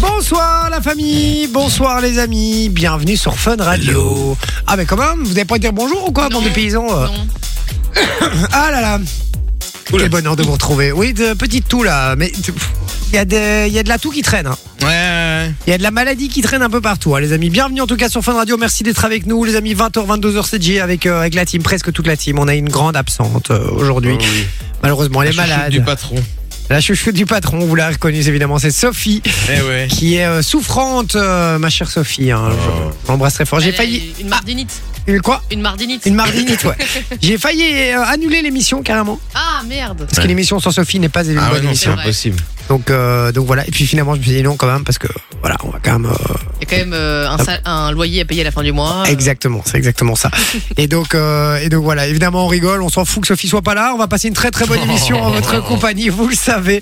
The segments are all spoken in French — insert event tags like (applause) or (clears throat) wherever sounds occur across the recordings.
Bonsoir la famille, bonsoir les amis, bienvenue sur Fun Radio. Ah mais quand même, vous n'avez pas dire bonjour ou quoi, bande de paysans euh Non. (coughs) Ah là là Quel bonheur de vous retrouver. Oui, de petite toux là, mais pff, il y, a des- il y a de la toux qui traîne. hein. Ouais, ouais, Il y a de la maladie qui traîne un peu partout, hein, les amis. Bienvenue en tout cas sur Fun Radio. Merci d'être avec nous, les amis. 20h, 22h, CJ avec, euh, avec la team, presque toute la team. On a une grande absente euh, aujourd'hui. ouais. Oh Oui. Malheureusement, elle est La chouchoute malade. du patron. La chouchoute du patron, vous la reconnaissez évidemment, c'est Sophie, Eh ouais. qui est euh, souffrante, euh, ma chère Sophie. hein. Oh. Je l'embrasse très fort. J'ai Elle a failli. Une mardinite. Une quoi Une mardinite. Une mardinite, ouais. J'ai failli euh, annuler l'émission carrément. Ah merde. Parce que Ouais. l'émission sans Sophie n'est pas une Ah ouais, bonne non, c'est émission. vrai. impossible. Donc, euh, donc voilà. Et puis finalement, je me suis dit non quand même, parce que voilà, on va quand même. euh, Il y a quand même euh, un, sal- un loyer à payer à la fin du mois. Ah. Euh, Exactement, c'est exactement (laughs) ça. et donc, euh, et donc voilà, évidemment, on rigole, on s'en fout que Sophie soit pas là. On va passer une très très (laughs) bonne émission en votre compagnie, vous le savez.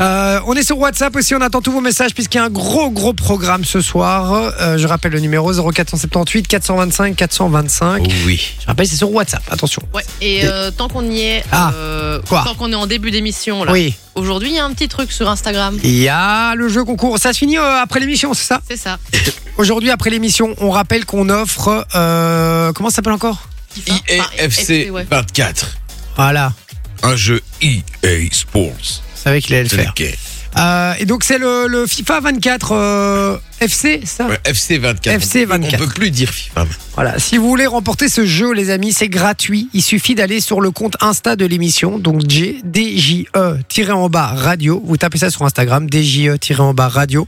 Euh, on est sur WhatsApp aussi, on attend tous vos messages puisqu'il y a un gros gros programme ce soir. Euh, je rappelle le numéro 0478 425 425. Oh oui. Je rappelle, c'est sur WhatsApp. Attention. Ouais. Et euh, tant qu'on y est, Ah. euh, Quoi tant qu'on est en début d'émission, là. Oui, Aujourd'hui, il y a un petit truc sur Instagram. il y a le jeu concours. Ça se finit euh, après l'émission, c'est ça C'est ça. Aujourd'hui, après l'émission, on rappelle qu'on offre. euh, comment ça s'appelle encore Ah, Enfin, IAFC ouais. 24. Voilà, Un jeu EA Sports. je savais qu'il allait le C'est faire. lequel Euh, et donc c'est le, le FIFA 24 euh, FC, ça Ouais, FC 24. FC On peut- 24. On peut plus dire FIFA. Voilà. Si vous voulez remporter ce jeu, les amis, c'est gratuit. Il suffit d'aller sur le compte Insta de l'émission, donc J DJE tiré en bas radio. Vous tapez ça sur Instagram, DJE tiré en bas radio.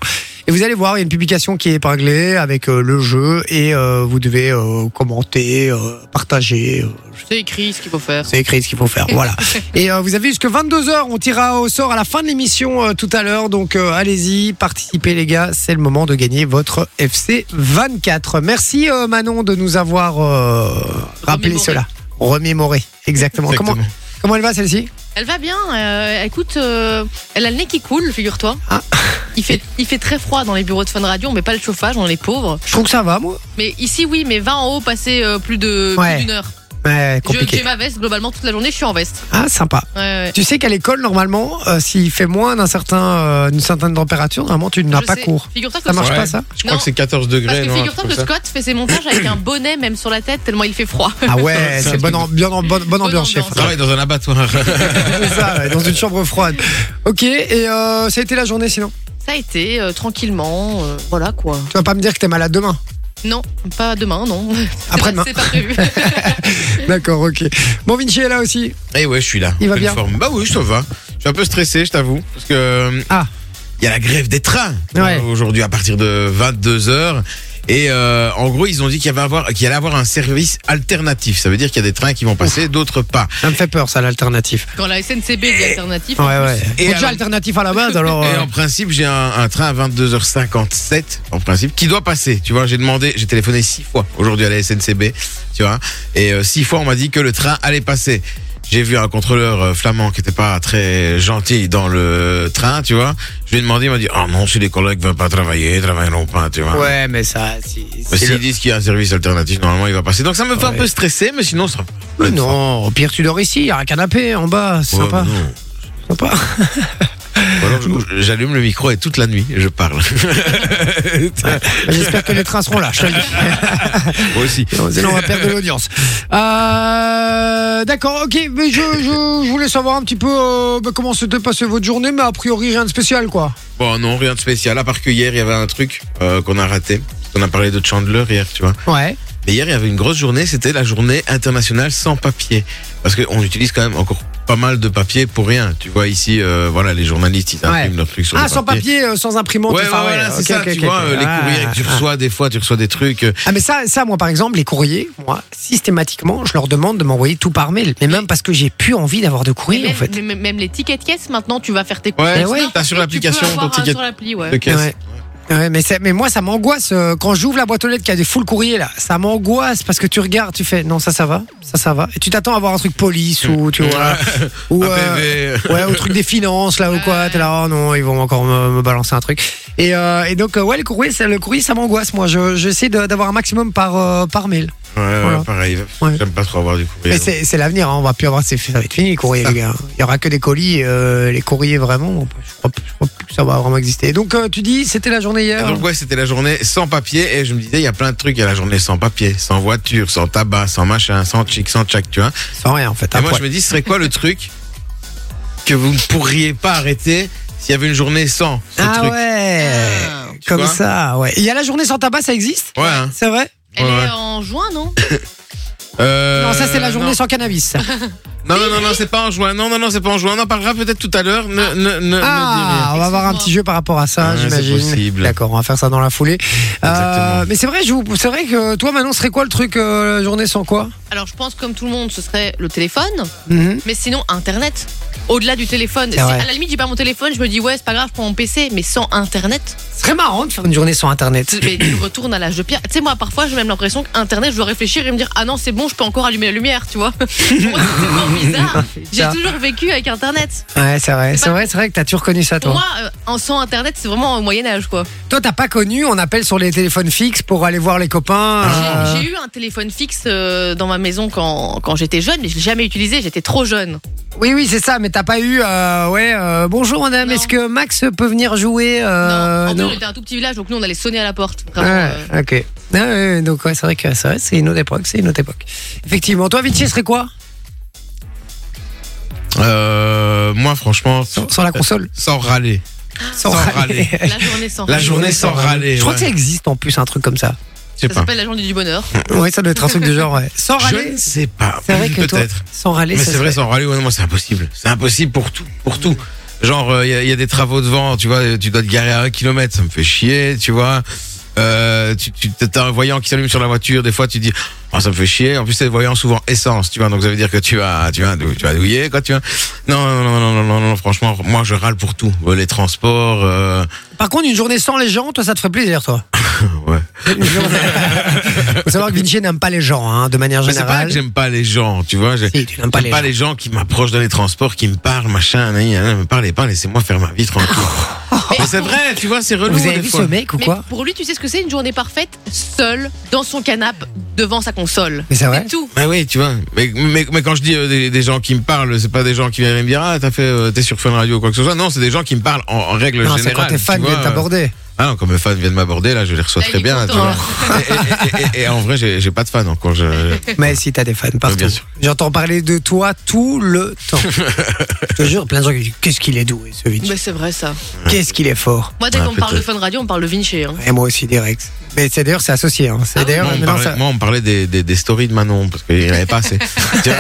Et vous allez voir, il y a une publication qui est épinglée avec euh, le jeu et euh, vous devez euh, commenter, euh, partager. euh, C'est écrit ce qu'il faut faire. c'est écrit ce qu'il faut faire. (laughs) Voilà. Et euh, vous avez jusque 22h. On tirera au sort à la fin de l'émission euh, tout à l'heure. Donc euh, allez-y, participez les gars. C'est le moment de gagner votre FC 24. Merci euh, Manon de nous avoir euh, rappelé Remémoré. cela. Remémoré. Exactement. Comment, comment elle va celle-ci Elle va bien. euh, écoute, euh, elle a le nez qui coule, figure-toi. Ah. Il fait, il fait très froid dans les bureaux de Fun Radio. On met pas le chauffage, on est pauvres. Je trouve que ça va moi. Mais ici, oui, mais va en haut, passer euh, plus de Ouais. plus d'une heure. Ouais, Je- J'ai compliqué. ma veste globalement toute la journée. Je suis en veste. Ah sympa. Ouais, ouais. Tu sais qu'à l'école normalement, euh, s'il fait moins d'un certain, euh, d'une certaine température, normalement tu n'as Je pas sais. cours. Figure-toi que, Ça marche Ouais. pas ça Je crois Non. que c'est 14 parce que degrés. non, un truc figure-toi que comme ça. Scott fait ses montages avec un bonnet même sur la tête tellement il fait froid. Ah ouais, C'est un c'est bonne, truc am- bien am- bonne, bonne ambiance chef. ambiance. Travaille dans un abattoir. C'est ça, ouais, dans une chambre froide. Ok, et euh, ça a été la journée sinon Ça a été euh, tranquillement, euh, voilà quoi. Tu vas pas me dire que t'es malade demain Non, pas demain, non. (laughs) C'est Après-demain. pas- C'est (laughs) pas prévu. D'accord, ok. Bon, Vinci est là aussi. Eh ouais, je suis là. Il va Pleine bien forme. Bah oui, ça va. Je suis un peu stressé, je t'avoue. Parce que. euh, Ah. Il y a la grève des trains. Ouais. euh, Aujourd'hui, à partir de 22h. Et euh, en gros, ils ont dit qu'il y avait avoir- qu'il allait avoir un service alternatif. Ça veut dire qu'il y a des trains qui vont passer, d'autres pas. Ça me fait peur, ça, l'alternatif. Quand la SNCB dit alternatif, Ouais, ouais. Et Et déjà alors- alternatif à la base, alors. Et euh, en principe, j'ai un, un train à 22h57, en principe, qui doit passer. Tu vois, j'ai demandé, j'ai téléphoné six fois aujourd'hui à la SNCB, tu vois, et euh, six fois on m'a dit que le train allait passer. J'ai vu un contrôleur euh, flamand qui était pas très gentil dans le train, tu vois. Je lui ai demandé, il m'a dit, ah non, si les collègues veulent pas travailler, ils travailleront pas, tu vois. Ouais, mais ça. Si, Mais si S'ils le- disent qu'il y a un service alternatif, normalement il va passer. Donc ça me fait un Ouais. peu stresser, mais sinon ça. Mais non, au pire, tu dors ici, il y a un canapé en bas, c'est Ouais, sympa. mais non. sympa. Ou alors, je- j'allume le micro et toute la nuit je parle. (laughs) Bah, J'espère que les trains seront là, je te le dis. (laughs) Moi aussi. Sinon, on va perdre de l'audience. Euh, D'accord, ok, mais je, je- je voulais savoir un petit peu euh, bah, comment s'était passée votre journée, mais a priori, rien de spécial, quoi. Bon, non, rien de spécial. À part que hier, il y avait un truc euh, qu'on a raté. On a parlé de Chandler hier, tu vois. Ouais. Mais hier, il y avait une grosse journée. C'était la journée internationale sans papier. Parce qu'on utilise quand même encore pas mal de papier pour rien. Tu vois, ici, euh, voilà, les journalistes, ils impriment Ouais. leurs trucs sur Ah, le sans papier, euh, sans imprimante. Ouais, ouais, enfin, voilà, c'est ok, ça. ok, tu ok, vois, ok. euh, les Ah, courriers que tu ah. reçois, des fois, tu reçois des trucs. euh, Ah mais ça, ça moi par exemple, les courriers, moi systématiquement, je leur demande de m'envoyer tout par mail. Mais même parce que j'ai plus envie d'avoir de mais courrier en même, fait. mais- même les tickets de caisse, maintenant tu vas faire tes Ouais, Mais ouais. t'as sur Et l'application tu peux ton avoir, ticket euh, sur l'appli, ouais. de caisse. Ouais. Ouais, mais, ça- mais moi ça m'angoisse euh, quand j'ouvre la boîte aux lettres qui a des full courriers là. Ça m'angoisse parce que tu regardes, tu fais non ça ça va, ça ça va. Et tu t'attends à avoir un truc police ou tu (laughs) vois ou Un euh, PV. ouais au truc des finances là ou quoi. T'es là oh non ils vont encore me, me balancer un truc. Et, euh, et donc euh, ouais le courrier ça, le courrier ça m'angoisse moi. Je- J'essaie de- d'avoir un maximum par euh, par mail. Ouais, ouais, Voilà. pareil. Ouais. J'aime pas trop avoir du courrier. Mais c'est c'est l'avenir, hein, on va plus avoir, c'est- ça va être fini les courriers, les gars. Il y aura que des colis, euh, les courriers vraiment. Je crois, je crois plus que ça va vraiment exister. Donc euh, tu dis, c'était la journée Et hier. donc ouais, c'était la journée sans papier et je me disais il y a plein de trucs, il y a la journée sans papier, sans voiture, sans tabac, sans machin, sans chic, sans tchac, tu vois. Sans rien en fait. Et un moi poil. je me dis ce serait quoi le truc que vous ne pourriez pas arrêter s'il y avait une journée sans ce ah truc. Ah, ouais, tu comme vois ça, ouais. Il y a la journée sans tabac, ça existe Ouais. hein. C'est vrai Elle Ouais, est ouais. en juin, non Euh, Non, ça c'est la journée non. sans cannabis. (laughs) ça. Non, non, non, non, c'est pas en juin. Non, non, non, c'est pas en juin. On en parlera peut-être tout à l'heure. Ne, ne, ne, ne dis rien. Ah, on va avoir un petit jeu par rapport à ça, Ah, c'est j'imagine. possible. D'accord, on va faire ça dans la foulée. Euh, Exactement. mais c'est vrai, je vous- c'est vrai que toi, Manon, serait quoi le truc euh, la journée sans quoi Alors, je pense, comme tout le monde, ce serait le téléphone, Mhm. mais sinon, Internet. Au-delà du téléphone. C'est Si, vrai. à la limite, j'ai pas mon téléphone, je me dis, ouais, c'est pas grave, je prends mon PC, mais sans Internet, Ce serait marrant de faire une journée sans Internet. mais tu retournes à l'âge de pierre. Tu sais, moi, parfois, j'ai même l'impression qu'Internet, je dois réfléchir et me dire, ah non, c'est bon, je peux encore allumer la lumière, tu vois. (laughs) Pour moi, c'est vraiment bizarre. J'ai Ça. toujours vécu avec Internet. Ouais, c'est vrai, c'est pas- vrai, c'est vrai que t'as toujours connu ça, Pour toi. moi, euh, en- sans Internet, c'est vraiment au Moyen-Âge, quoi. Toi, t'as pas connu, on appelle sur les téléphones fixes pour aller voir les copains. J'ai- euh, Ah, J'ai eu un téléphone fixe euh, dans ma maison quand, quand j'étais jeune, mais je l'ai jamais utilisé, j'étais trop jeune. Oui, oui, c'est ça, mais t'as pas eu. euh, ouais, euh, bonjour, madame, Non. est-ce que Max peut venir jouer euh, non, en plus, non. on était un tout petit village, donc nous, on allait sonner à la porte. Vraiment, Ouais, euh, ok. Ah, ouais, ouais, donc, ouais, c'est vrai que c'est vrai, c'est une autre époque, c'est une autre époque. Effectivement. Toi, Vinci, serait quoi Euh, moi, franchement, sans, sans, sans la console sans râler. Sans, râler. euh, la journée sans La rêve. journée sans râler. Je crois ouais. que ça existe en plus, un truc comme ça. Je sais Ça pas. s'appelle la journée du bonheur. Ouais, ça doit être un truc de genre, ouais. Sans Je râler ne sais pas. C'est vrai que toi, Peut-être. sans râler, Mais ça c'est vrai, serait- sans râler, ouais, non, moi, c'est impossible. C'est impossible pour tout. Pour tout. Genre, il y, a- y a des travaux devant, tu vois, euh, tu dois te garer à un kilomètre, ça me fait chier, tu vois. Euh, tu, tu as un voyant qui s'allume sur la voiture, des fois tu dis oh, ça me fait chier. En plus c'est le voyant souvent essence, tu vois, donc ça veut dire que tu vas tu vas dou- tu vas douiller quoi, tu vois. Non non non non non non, non, franchement moi je râle pour tout, Euh, les transports. euh, Par contre, une journée sans les gens, toi, ça te ferait plaisir, toi. ouais. Une journée- Faut savoir que Vinci n'aime pas les gens, hein, de manière Mais c'est pas générale. que j'aime pas les gens, tu vois. je- Si, tu n'aimes pas j'aime les pas gens. les gens qui m'approchent dans les transports, qui me parlent, machin. nan, nan, nan, Me parlez pas, laissez-moi faire ma (laughs) vie tranquille. mais c'est vrai, tu vois, c'est relou. Vous avez des vu ce fois. mec ou Mais quoi pour lui, tu sais ce que c'est une journée parfaite Seul, dans son canapé, devant sa console. Mais c'est vrai C'est tout. Bah oui, tu vois. Mais, mais, mais quand je dis euh, des, des gens qui me parlent, c'est pas des gens qui viennent me dire ah t'as fait euh, t'es sur Fun Radio ou quoi que ce soit. Non, c'est des gens qui me parlent en, en règle Non, c'est générale. quand t'es tu fan vois. de t'aborder. Ah non, quand mes fans viennent m'aborder, là, je les reçois Là, il très est bien. tu content. vois. et, et- et- et- et en vrai, j'ai j'ai pas de fans encore. Je, (laughs) je- Mais si t'as des fans partout. bien sûr. J'entends parler de toi tout le (laughs) temps. je te jure, plein de gens qui disent Qu'est-ce qu'il est doué ce Vinci Mais c'est vrai, ça. Qu'est-ce qu'il est fort Moi, dès Ah, qu'on parle de peut-être. Fun Radio, on parle de Vinci. hein. Et moi aussi, direct. Mais c'est d'ailleurs, c'est associé. Hein. C'est Ah oui. d'ailleurs, moi, on me maintenant, parlait, ça- moi, on me parlait des, des, des stories de Manon parce qu'il n'y en avait (laughs) pas assez. Tu vois.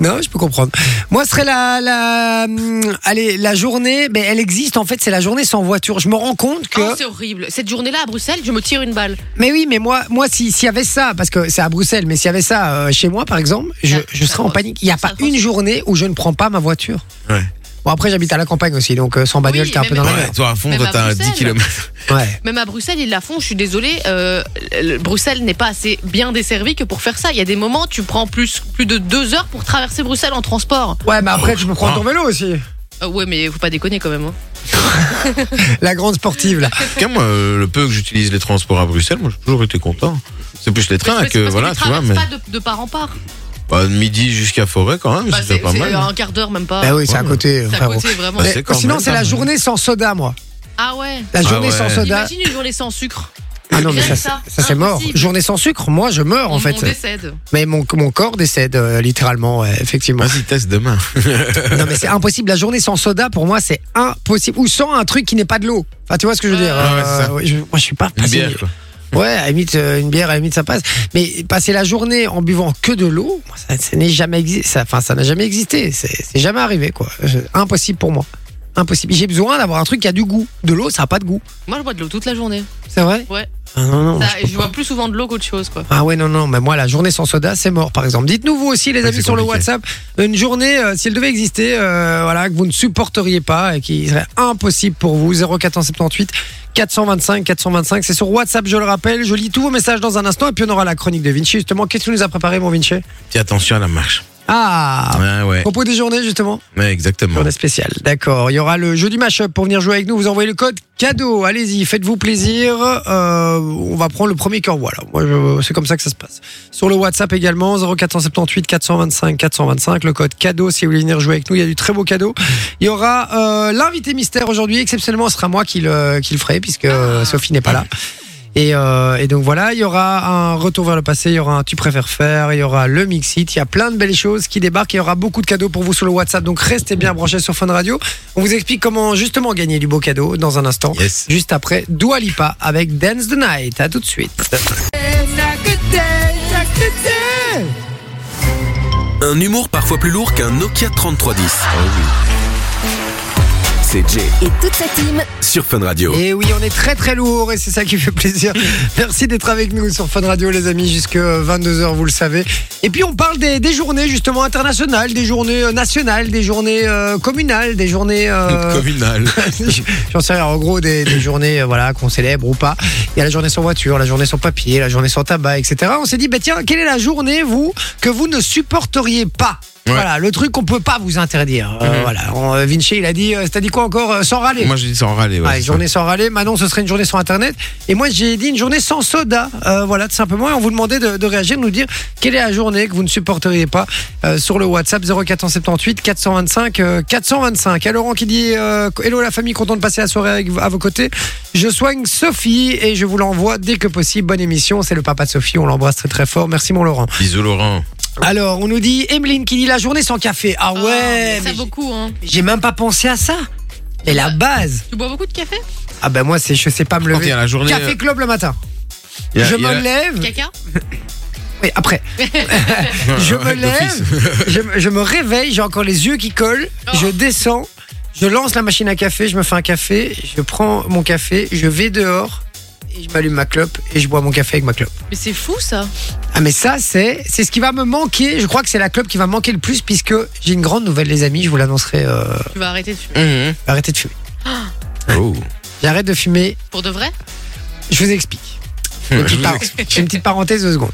Non, je peux comprendre. Moi, ce serait la, la, hum, allez, la journée, mais elle existe en fait, c'est la journée sans voiture. Je me rends compte que. Ah, Oh, c'est horrible. Cette journée-là, à Bruxelles, je me tire une balle. mais oui, mais moi, moi, si- s'il y avait ça, parce que c'est à Bruxelles, mais s'il y avait ça euh, chez moi, par exemple, je, Ah, Ça- je ça serais en rose. panique. Il n'y a Ça pas rose. une journée où je ne prends pas ma voiture. Ouais. Bon, après, j'habite à la campagne aussi, donc euh, sans bagnole, Oui, t'es un mais peu dans la même- Ouais, merde. toi à fond, Même toi à t'as Bruxelles. 10 km. (laughs) Ouais. Même à Bruxelles, ils la font, je suis désolée. euh, le- Bruxelles n'est pas assez bien desservie que pour faire ça. Il y a des moments, tu prends plus, plus de deux heures pour traverser Bruxelles en transport. Ouais, mais après, tu peux prendre crois. ton vélo aussi. Euh, ouais, mais faut pas déconner quand même. hein. La grande sportive, là. En tout cas, moi, euh, le peu que j'utilise les transports à Bruxelles, moi, j'ai toujours été content. C'est plus les trains Mais c'est que, parce voilà, tu tu vois, traverses mais pas de, de part en part. bah, de midi jusqu'à Forêt, quand même, Bah, c'était c'est pas c'est mal. un quart d'heure, même pas. Bah oui, c'est à Ouais. côté. Ah C'est à frérot. côté, vraiment. Bah, Mais c'est quand sinon, même c'est pas la mal. journée sans soda, moi. Ah ouais. La journée ouais. sans soda. Imagine une journée sans sucre. Ah non, mais ça, Rien que ça, ça. c'est mort. Impossible. Journée sans sucre, moi, je meurs, en on, fait. on décède. Mais mon, mon corps décède, euh, littéralement, ouais, (laughs) effectivement. Vas-y, teste demain. Ah, non, mais c'est impossible. La journée sans soda, pour moi, c'est impossible. Ou sans un truc qui n'est pas de l'eau. Enfin, tu vois ce que je veux dire euh, Ah ouais, c'est ça. ouais, je, Moi, je suis pas Une passionné. bière, quoi. Ouais, à la limite, euh, une bière, à la limite, ça passe. Mais passer la journée en buvant que de l'eau, moi, ça, ça n'est jamais exi- ça- Enfin, ça n'a jamais existé. C'est c'est jamais arrivé, quoi. Je- impossible pour moi. Impossible. J'ai besoin d'avoir un truc qui a du goût. De l'eau, ça n'a pas de goût. Moi, je bois de l'eau toute la journée. C'est vrai Ouais. Ah non, non. Ça, je peux et je bois plus souvent de l'eau qu'autre chose, quoi. Ah ouais, non, non, mais moi, la journée sans soda, c'est mort, par exemple. Dites-nous, vous aussi, les Ouais, amis, c'est sur le compliqué. WhatsApp, une journée, euh, si elle devait exister, euh, voilà, que vous ne supporteriez pas et qui serait impossible pour vous. 0478 425 425, c'est sur WhatsApp, je le rappelle. Je lis tous vos messages dans un instant et puis on aura la chronique de Vinci, justement. Qu'est-ce que tu nous as préparé, mon Vinci Fais attention à la marche. Ah Ouais, ouais. Propos des journées, justement. Ouais, exactement. Journée spéciale. D'accord. Il y aura le jeu du mashup pour venir jouer avec nous. Vous envoyez le code cadeau. Allez-y, faites-vous plaisir. Euh, on va prendre le premier cœur. Voilà. Moi, je- c'est comme ça que ça se passe. Sur le WhatsApp également, 0478 425 425. Le code cadeau si vous voulez venir jouer avec nous. Il y a du très beau cadeau. Il y aura euh, l'invité mystère aujourd'hui. Exceptionnellement, ce sera moi qui le, qui le ferai puisque euh, Sophie n'est pas là. Et, euh, et donc voilà, il y aura un retour vers le passé, il y aura un tu préfères faire, il y aura le mix it, il y a plein de belles choses qui débarquent, il y aura beaucoup de cadeaux pour vous sur le WhatsApp, donc restez bien branchés sur Fun Radio. On vous explique comment justement gagner du beau cadeau dans un instant. Yes. Juste après, Dua Lipa avec Dance the Night. À tout de suite. Un humour parfois plus lourd qu'un Nokia 3310. Ah C'est Jay et toute sa team. sur Fun Radio. Et oui, on est très très lourd et c'est ça qui fait plaisir. Merci d'être avec nous sur Fun Radio, les amis, jusque 22h, vous le savez. Et puis on parle des, des journées justement internationales, des journées euh, nationales, des journées euh, communales, des journées. euh, (laughs) Communal. (laughs) J'en sais rien, en gros, des, des journées euh, voilà, qu'on célèbre ou pas. Il y a la journée sans voiture, la journée sans papier, la journée sans tabac, etc. On s'est dit, bah, tiens, quelle est la journée, vous, que vous ne supporteriez pas Ouais. Voilà, le truc qu'on peut pas vous interdire. Euh, Voilà, On- euh, Vinci, il a dit, euh, t'as dit quoi encore Euh, Sans râler. Moi, je dis sans râler. ouais, Ah, Ouais, c'est journée sans râler. Manon, ce serait une journée sans Internet. Et moi, j'ai dit une journée sans soda. Euh, voilà, tout simplement. Et on vous demandait de, de réagir, de nous dire quelle est la journée que vous ne supporteriez pas euh, sur le WhatsApp 0478 425 euh, 425. Il y a Laurent qui dit euh, Hello la famille, content de passer la soirée avec- à vos côtés. Je soigne Sophie et je vous l'envoie dès que possible. Bonne émission. C'est le papa de Sophie. On l'embrasse très très fort. Merci mon Laurent. ça. Bisous, Laurent. Alors, on nous dit Emeline qui dit la journée sans café. Ah Ah, ouais, mais mais Ça Ah. beaucoup, hein. j'ai j'ai même pas pensé à ça. Et la base. Tu bois beaucoup de café Ah ben moi c'est je sais pas me Quand il y lever. a la journée. Café Club le matin. euh, il y a- je il y a- me lève. Caca Oui, après, je me Ouais, d'office. lève. (laughs) je, me- je me réveille. J'ai encore les yeux qui collent. Oh. Je descends. Je lance la machine à café. Je me fais un café. Je prends mon café. Je vais dehors. Et je m'allume ma clope. Et je bois mon café avec ma clope. Mais c'est fou ça. Ah, mais ça, c'est c'est ce qui va me manquer. Je crois que c'est la clope qui va me manquer le plus puisque j'ai une grande nouvelle, les amis. Je vous l'annoncerai. euh, Tu vas arrêter de fumer. Mhm. arrêtez de fumer. Oh. J'arrête de fumer. Pour de vrai Je vous explique. Je oh Une vous petite, par- explique. une petite parenthèse de secondes.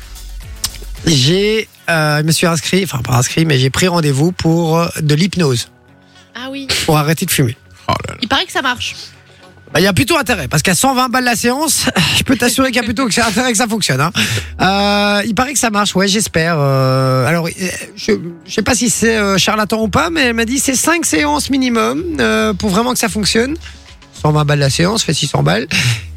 J'ai, euh, je me suis inscrit, enfin pas inscrit, mais j'ai pris rendez-vous pour euh, de l'hypnose Ah oui. pour arrêter de fumer. Oh là là. Il paraît que ça marche. Bah, Il y a plutôt intérêt parce qu'à 120 balles la séance, (laughs) je peux t'assurer qu'il y a plutôt que c'est intérêt que ça fonctionne. hein. Euh, il paraît que ça marche, ouais, j'espère. Euh, alors, euh, je, je sais pas si c'est euh, charlatan ou pas, mais elle m'a dit c'est 5 séances minimum euh, pour vraiment que ça fonctionne. 120 balles la séance, fait 600 balles.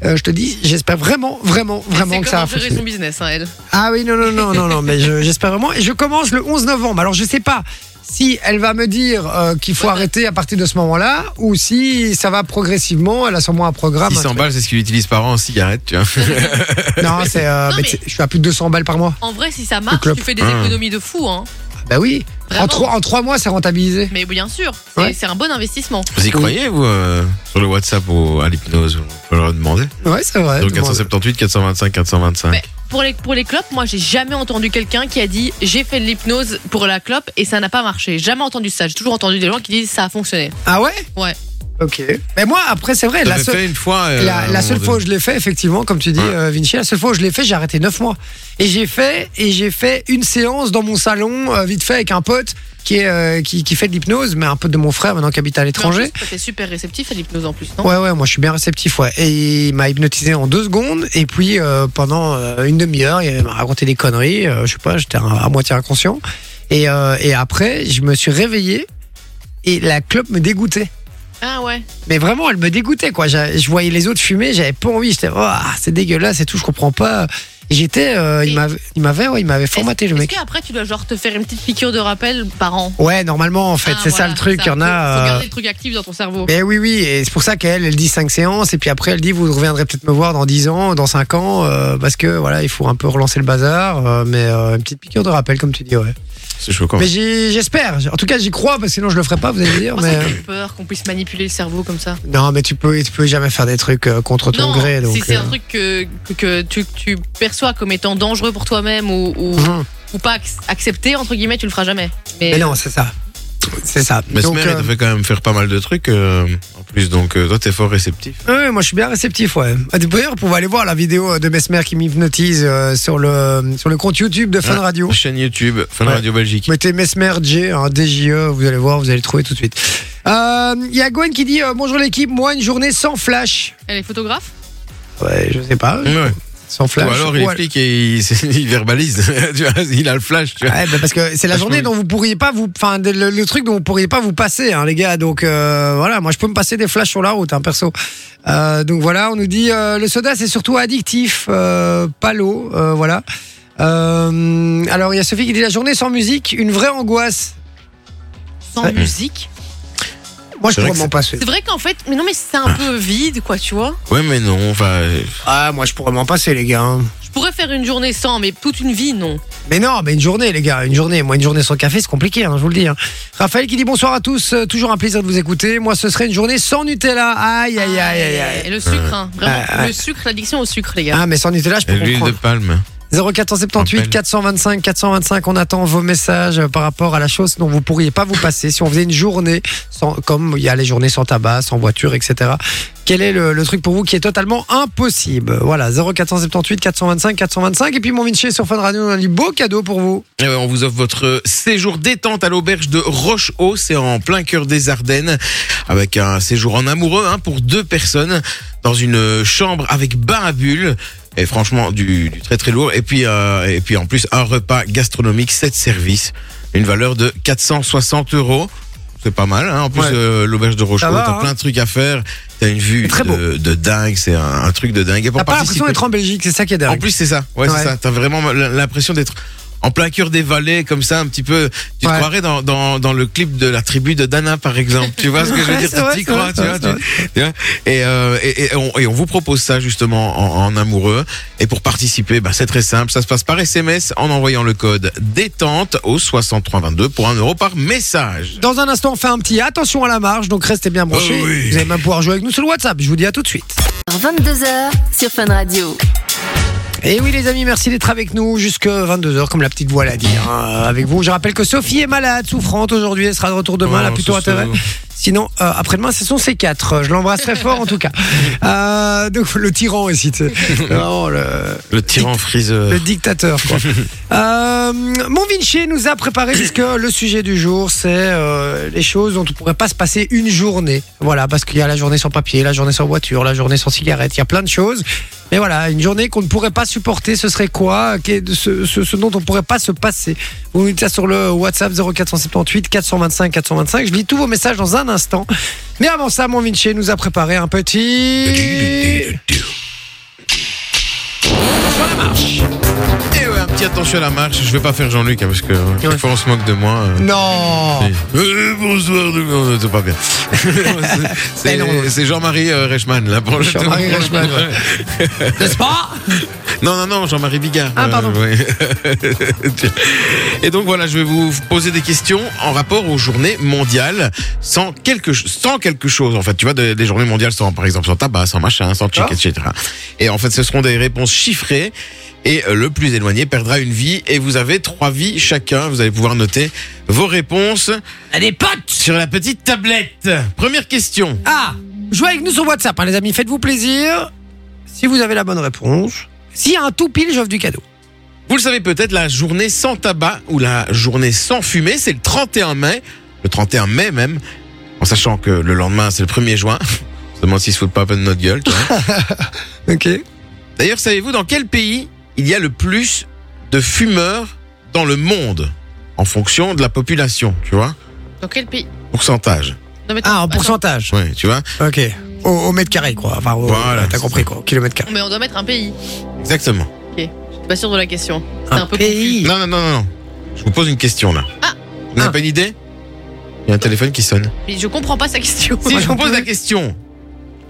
Euh, je te dis, j'espère vraiment, vraiment, C'est vraiment que comme ça va gérer fonctionner. son business, hein, (laughs) elle. Ah oui, non, non, non, non, non, mais je- j'espère vraiment. Et je commence le 11 novembre. Alors, je sais pas si elle va me dire euh, qu'il faut arrêter à partir de ce moment-là ou si ça va progressivement. Elle a sûrement un programme. un 600 balles, c'est ce qu'il utilise par an en cigarette, tu vois. truc. Non, c'est. euh, Non, mais mais- c'est- Je suis à plus de 200 balles par mois. En vrai, si ça marche, clope. tu fais des Ah. économies de fou, hein. Bah oui. En Vraiment. trois, en trois mois, c'est rentabilisé. Mais bien sûr, c'est Ouais. c'est un bon investissement. Vous y croyez, vous, euh, sur le WhatsApp ou à l'hypnose On peut leur demander. Ouais, c'est vrai. Donc Tout le monde- 478, 425, 425. Mais pour les, pour les clopes, moi, j'ai jamais entendu quelqu'un qui a dit j'ai fait de l'hypnose pour la clope et ça n'a pas marché. Jamais entendu ça. J'ai toujours entendu des gens qui disent ça a fonctionné. Ah ouais Ouais. Ok. Mais moi, après, c'est vrai. La T'avais seule, fait une fois. euh, à la, un la moment seule donné. fois où je l'ai fait, effectivement, comme tu dis, Ouais. euh, Vinci, la seule fois où je l'ai fait, j'ai arrêté 9 mois. Et j'ai fait, et j'ai fait une séance dans mon salon, euh, vite fait, avec un pote qui, est, euh, qui, qui fait de l'hypnose, mais un pote de mon frère maintenant qui habite à Mais en l'étranger. plus, toi, T'es super réceptif à l'hypnose en plus, non Ouais, ouais, moi je suis bien réceptif, ouais. Et il m'a hypnotisé en deux secondes, et puis euh, pendant euh, une demi-heure, il m'a raconté des conneries, euh, je sais pas, j'étais à, à moitié inconscient. Et, euh, et après, je me suis réveillé, et la clope me dégoûtait. Ah ouais. Mais vraiment, elle me dégoûtait, quoi. J'a- Je voyais les autres fumer, j'avais pas envie. J'étais, oh, c'est dégueulasse et tout, je comprends pas. Et J'étais, euh, il Et- m'avait, il m'avait, ouais, il m'avait formaté le Est-ce mec. qu'après, tu dois genre te faire une petite piqûre de rappel par an Ouais, normalement, en fait, Ah, c'est ça voilà, le truc. Il y en Faut a. euh, garder le truc actif dans ton cerveau. Mais oui, oui, et c'est pour ça qu'elle, elle dit 5 séances, et puis après, elle dit, vous reviendrez peut-être me voir dans 10 ans, dans 5 ans, euh, parce que voilà, il faut un peu relancer le bazar, euh, mais euh, une petite piqûre de rappel, comme tu dis, ouais. C'est choquant. Mais j'y- j'espère, en tout cas, j'y crois, parce que sinon, je le ferai pas, vous allez me dire, Moi, mais. Oh, euh, ça me fait peur qu'on puisse manipuler le cerveau comme ça. Non, mais tu peux, tu peux jamais faire des trucs euh, contre ton Non, gré, donc. si c'est euh, un truc que, que, que tu, que tu perçois comme étant dangereux pour toi-même ou, ou, mhm. ou pas ac- accepté, entre guillemets, tu le feras jamais. Mais, Mais non, c'est ça. C'est ça. Mais ce Donc, mec, euh, il t'a fait quand même faire pas mal de trucs euh, en plus, donc euh, toi t'es fort réceptif. Ouais, moi je suis bien réceptif, ouais. Ah, D'ailleurs, vous pouvez aller voir la vidéo euh, de Mesmer qui m'hypnotise euh, sur, le, sur le compte YouTube de Fun Ouais. Radio. Chaîne YouTube, Fun Ouais. Radio Belgique. Mettez Mesmer J, hein, DJE, vous allez voir, vous allez le trouver tout de suite. Euh, Il y a Gwen qui dit euh, Bonjour l'équipe, moi une journée sans flash. Elle est photographe Ouais, je sais pas, Ouais. sans Mm. Ou flash. alors il Ouais. explique et il, (laughs) il verbalise. Tu vois, il a le flash. Tu vois. Ouais, bah, parce que c'est la Franchement, journée oui. dont vous pourriez pas vous, enfin de- le, le truc dont vous pourriez pas vous passer, hein, les gars. Donc euh, voilà, moi je peux me passer des flashs sur la route, hein, perso. Euh, donc voilà, on nous dit euh, le soda c'est surtout addictif, euh, pas l'eau, euh, voilà. Euh, alors il y a Sophie qui dit la journée sans musique, une vraie angoisse. Sans Ouais. musique Moi je C'est vrai pourrais que m'en passer. C'est vrai qu'en fait, mais non, mais c'est un peu vide, quoi, tu vois. Ouais, mais non. Enfin, euh, Ah moi je pourrais m'en passer les gars. hein. Je pourrais faire une journée sans, mais toute une vie, non. Mais non, mais une journée les gars, une journée. Moi une journée sans café c'est compliqué, hein, je vous le dis. hein. Raphaël qui dit bonsoir à tous, euh, toujours un plaisir de vous écouter. Moi ce serait une journée sans Nutella. Aïe aïe aïe aïe. aïe. Et le sucre, hein, vraiment. Ah, Le sucre, l'addiction au sucre, les gars. Ah mais sans Nutella je peux l'huile de comprendre. palme. 0478 Rappel. 425 425 on attend vos messages euh, par rapport à la chose dont vous pourriez pas vous passer si on faisait une journée sans comme il y a les journées sans tabac sans voiture etc quel est le, le truc pour vous qui est totalement impossible voilà 0478 425 425 et puis mon Vinci sur Fun Radio on a du beau cadeau pour vous Eh ouais, on vous offre votre séjour détente à l'auberge de Roche-Haut, c'est en plein cœur des Ardennes, avec un séjour en amoureux hein, pour deux personnes, dans une euh, chambre avec bain à bulles, et franchement du, du très très lourd, et puis, euh, et puis en plus un repas gastronomique, 7 services, une valeur de 460 euros. C'est pas mal, hein. en plus Ouais. euh, l'auberge de Roche-Haut, Ça va, t'as hein. plein de trucs à faire, t'as une vue C'est très beau. de, de dingue, c'est un, un truc de dingue. Et pour t'as pas l'impression participer- d'être en Belgique c'est ça qui est en dingue plus, c'est ça. Ouais, Ouais. c'est ça. T'as vraiment l'impression d'être en plein cœur des vallées, comme ça, un petit peu. Tu te Ouais. croirais dans, dans, dans le clip de la tribu de Dana, par exemple. Tu vois ce que je veux Ouais, dire c'est Tu vrai, t'y c'est crois, vrai, tu c'est vois, vrai, tu- tu vois et, euh, et, et on, et on vous propose ça, justement, en, en amoureux. Et pour participer, bah, c'est très simple. Ça se passe par SMS en envoyant le code détente au 6322 pour 1 euro par message. dans un instant on fait un petit attention à la marge donc restez bien branchés Oh oui. vous allez même pouvoir jouer avec nous sur le WhatsApp je vous dis à tout de suite 22h sur Fun Radio. Et Eh oui les amis, merci d'être avec nous jusque 22h comme la petite voix l'a dit. hein, avec vous, je rappelle que Sophie est malade, souffrante aujourd'hui, elle sera de retour demain, elle a Oh, plutôt ce intérêt. salaud. Sinon, euh, après-demain, ce sont ces quatre. Je l'embrasse très fort en tout cas. Euh, donc le tyran est cité. Non, le, Le (laughs) tyran friseur. le dictateur. Quoi. Euh, mon Vinci nous a préparé puisque le sujet du jour c'est euh, les choses dont on pourrait pas se passer une journée. Voilà, parce qu'il y a la journée sans papier, la journée sans voiture, la journée sans cigarette, il y a plein de choses. Mais voilà, une journée qu'on ne pourrait pas supporter, ce serait quoi Qu'est- ce, ce- ce dont on pourrait pas se passer Vous nous dites ça sur le WhatsApp 0478 425 425. Je lis tous vos messages dans un instant. Mais avant ça, mon Vinci nous a préparé un petit. Et Eh ouais, un petit attention à la marche. Je vais pas faire Jean-Luc, hein, parce que euh, chaque Ouais. fois on se moque de moi. euh. Non Euh, bonsoir, tout le monde. c'est (laughs) pas bien. C'est- Mais Ben non. c'est c'est Jean-Marie euh, Reichmann, là, pour le- Jean-Marie pour le- Reichmann, N'est-ce pas (laughs) Non, non, non, Jean-Marie Bigard. Euh, Ah, pardon. ouais. (laughs) Et donc, voilà, je vais vous poser des questions en rapport aux journées mondiales sans quelque, ch- sans quelque chose, en fait. Tu vois, des, des journées mondiales sans, par exemple, sans tabac, sans machin, sans chic, Ah. etc. Et en fait, ce seront des réponses chiffrées. Et euh, le plus éloigné perdra une vie. Et vous avez trois vies chacun. Vous allez pouvoir noter vos réponses Allez, potes sur la petite tablette. Première question. Ah, jouez avec nous sur WhatsApp, hein, les amis. Faites-vous plaisir. Si vous avez la bonne réponse, s'il y a un tout pile, j'offre du cadeau. Vous le savez peut-être, la journée sans tabac ou la journée sans fumée, c'est le 31 mai, le 31 mai même, en sachant que le lendemain, c'est le 1er juin. (laughs) On se demande s'ils se foutent pas un peu de notre gueule. tu (laughs) vois. Ok. D'ailleurs, savez-vous dans quel pays il y a le plus de fumeurs dans le monde en fonction de la population, tu vois Dans quel pays Bah, Pourcentage. Non, mais Ah, en attends, pourcentage. Ouais, tu vois Ok. Au, au mètre carré, quoi. Enfin, au- Voilà, t'as c'est compris, quoi. Au kilomètre carré. Mais on doit mettre un pays. Exactement. Je suis pas sûr de la question. C'est un, peu pays. Non, non, non, non, non. Je vous pose une question là. Ah. Vous n'avez Ah. pas une idée Il y a un téléphone qui sonne. Mais je comprends pas sa question. Si Moi je non vous pose plus. la question,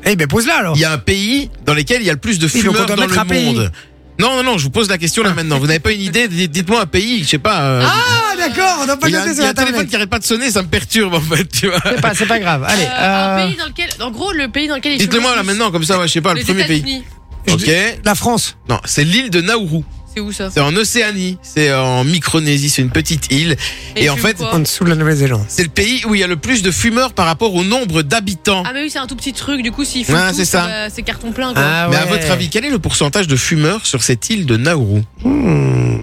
Eh ben, pose-la alors. il y a un pays dans lequel il y a le plus de Oui, donc on fumeurs doit dans mettre un le pays. monde. Non, non, non, je vous pose la question là maintenant. Vous n'avez pas une idée Dites- Dites-moi un pays, je sais pas. euh, Ah, d'accord, on n'a pas il y a, noté il y sur a la un téléphone qui arrête pas de sonner, ça me perturbe en fait, (laughs) tu vois. C'est (laughs) pas, c'est pas grave. Allez, Euh, Un euh, pays dans lequel. En gros, le pays dans lequel il fume Dites-le moi le là plus. maintenant, comme ça, ouais, je sais pas, le Les premier pays. États-Unis. je Ok. dis- la France. Non, c'est l'île de Nauru. C'est où ça C'est en Océanie, c'est en Micronésie, c'est une petite île. Et ils en fument fait- quoi En dessous de la Nouvelle-Zélande. C'est le pays où il y a le plus de fumeurs par rapport au nombre d'habitants. Ah, mais oui, c'est un tout petit truc, du coup, s'ils font Ouais, tout, c'est ça. va- Ah, c'est Ah. carton plein, quoi. Mais à votre avis, quel est le pourcentage de fumeurs sur cette île de Nauru Hmm.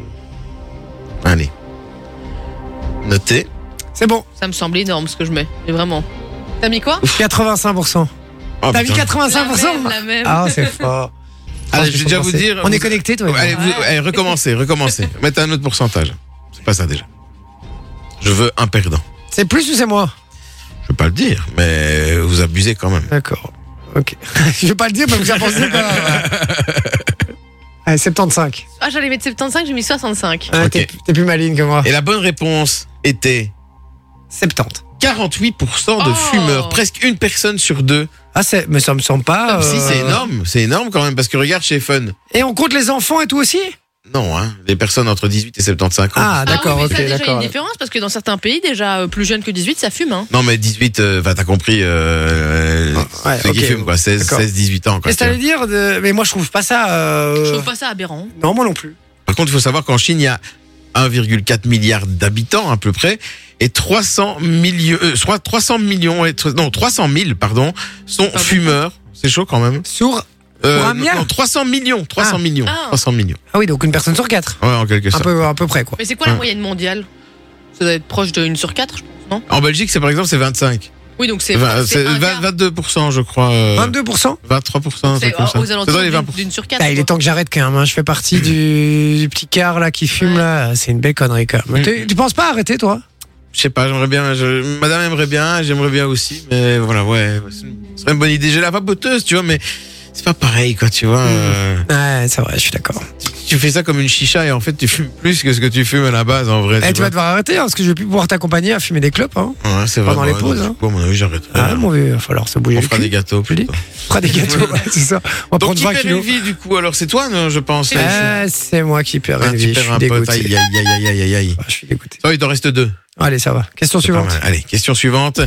Allez. Notez. C'est bon, Ça me semble énorme, ce que je mets. Mais vraiment. T'as mis quoi 85%. Oh, T'as mis putain. 85% La même, la même. Ah, c'est fort. Allez, je Franchement, vais déjà faut vous penser. dire. On est vous- connecté, toi. Allez, vous- Ouais. allez, recommencez, recommencez. Mettez un autre pourcentage. C'est pas ça déjà. Je veux un perdant. C'est plus ou c'est moi Je peux pas le dire, mais vous abusez quand même. D'accord. Ok. (laughs) je vais pas le dire parce que ça pensait pas. Allez, 75. Ah, j'allais mettre 75, j'ai mis 65. Ouais, Ok. t'es- T'es plus maligne que moi. Et la bonne réponse était 70. 48% de Oh. fumeurs, presque une personne sur deux. Ah, c'est- mais ça me semble pas. Ah, Si, euh, c'est énorme, c'est énorme quand même, parce que regarde chez Fun. Et on compte les enfants et tout aussi Non, hein, les personnes entre 18 et 75 ans. Ah, d'accord, ah, oui, ok, mais ça, déjà, il y a d'accord. une différence parce que dans certains pays, déjà euh, plus jeune que 18, ça fume. Hein. Non, mais 18, euh, enfin, t'as compris, euh, Ah, ouais, ceux qui ok, fument, quoi, 16, d'accord. 16, 18 ans, quoi. Et ça tu veut dire. vois. de- Mais moi, je trouve pas ça. euh, Je trouve pas ça aberrant. Non, moi non plus. Par contre, il faut savoir qu'en Chine, il y a 1,4 milliard d'habitants, à peu près, et 300 millions, euh, soit 300 millions, et, tr- non, 300 000, pardon, sont beaucoup. fumeurs. C'est chaud quand même. Sur. Euh, Pour un non, milliard non, 300 millions, 300 Ah. millions, Ah. 300 millions. Ah oui, donc une personne sur quatre. Ouais, en quelque Un sorte. peu, à peu près, quoi. Mais c'est quoi la Ouais. moyenne mondiale Ça doit être proche de 1 sur 4, je pense, non En Belgique, c'est par exemple, c'est 25. Oui, donc c'est. Vingt- Bah, c'est c'est un vingt- quart. 22%, je crois. euh, 22% 23%, un C'est truc comme ça. aux C'est dans les alentours 20%. d'une- d'une sur 4. Là, Bah, Ah, il est temps que j'arrête quand même. hein. Je fais partie du, du petit quart là qui fume Ouais. là. C'est une belle connerie quand même. Mm. Tu- Tu penses pas arrêter toi Je sais pas, j'aimerais bien. je- Madame aimerait bien, j'aimerais bien aussi, mais voilà, ouais. c'est une- Ce serait une bonne idée. J'ai la vapoteuse, tu vois, mais c'est pas pareil, quoi, tu vois. euh, Ouais, c'est vrai, je suis d'accord. tu fais ça comme une chicha et en fait, tu fumes plus que ce que tu fumes à la base, en vrai. Eh, tu tu vas devoir arrêter hein, parce que je vais plus pouvoir t'accompagner à fumer des clopes. Hein. vois. Ouais, c'est vrai. pendant les ouais, pauses, donc, hein. du coup, à mon avis, j'arrêterai. Ah, hein. mon vieux, il va falloir se bouger. On le fera cul. des gâteaux, Je plutôt. On fera (laughs) des gâteaux, ouais, c'est ça. On va Donc, prendre qui 20 perd une kilos. vie, du coup Alors, c'est toi, non, je pense. Ah, c'est moi qui perds Hein, une tu vie. Je perds suis un pote. Aïe, aïe, dégoûté. aïe, aïe, aïe, aïe, aïe. Ah, Je suis dégoûté. Ça, il t'en reste deux. Allez, ça va. Question C'est pas suivante. mal. Allez, question suivante.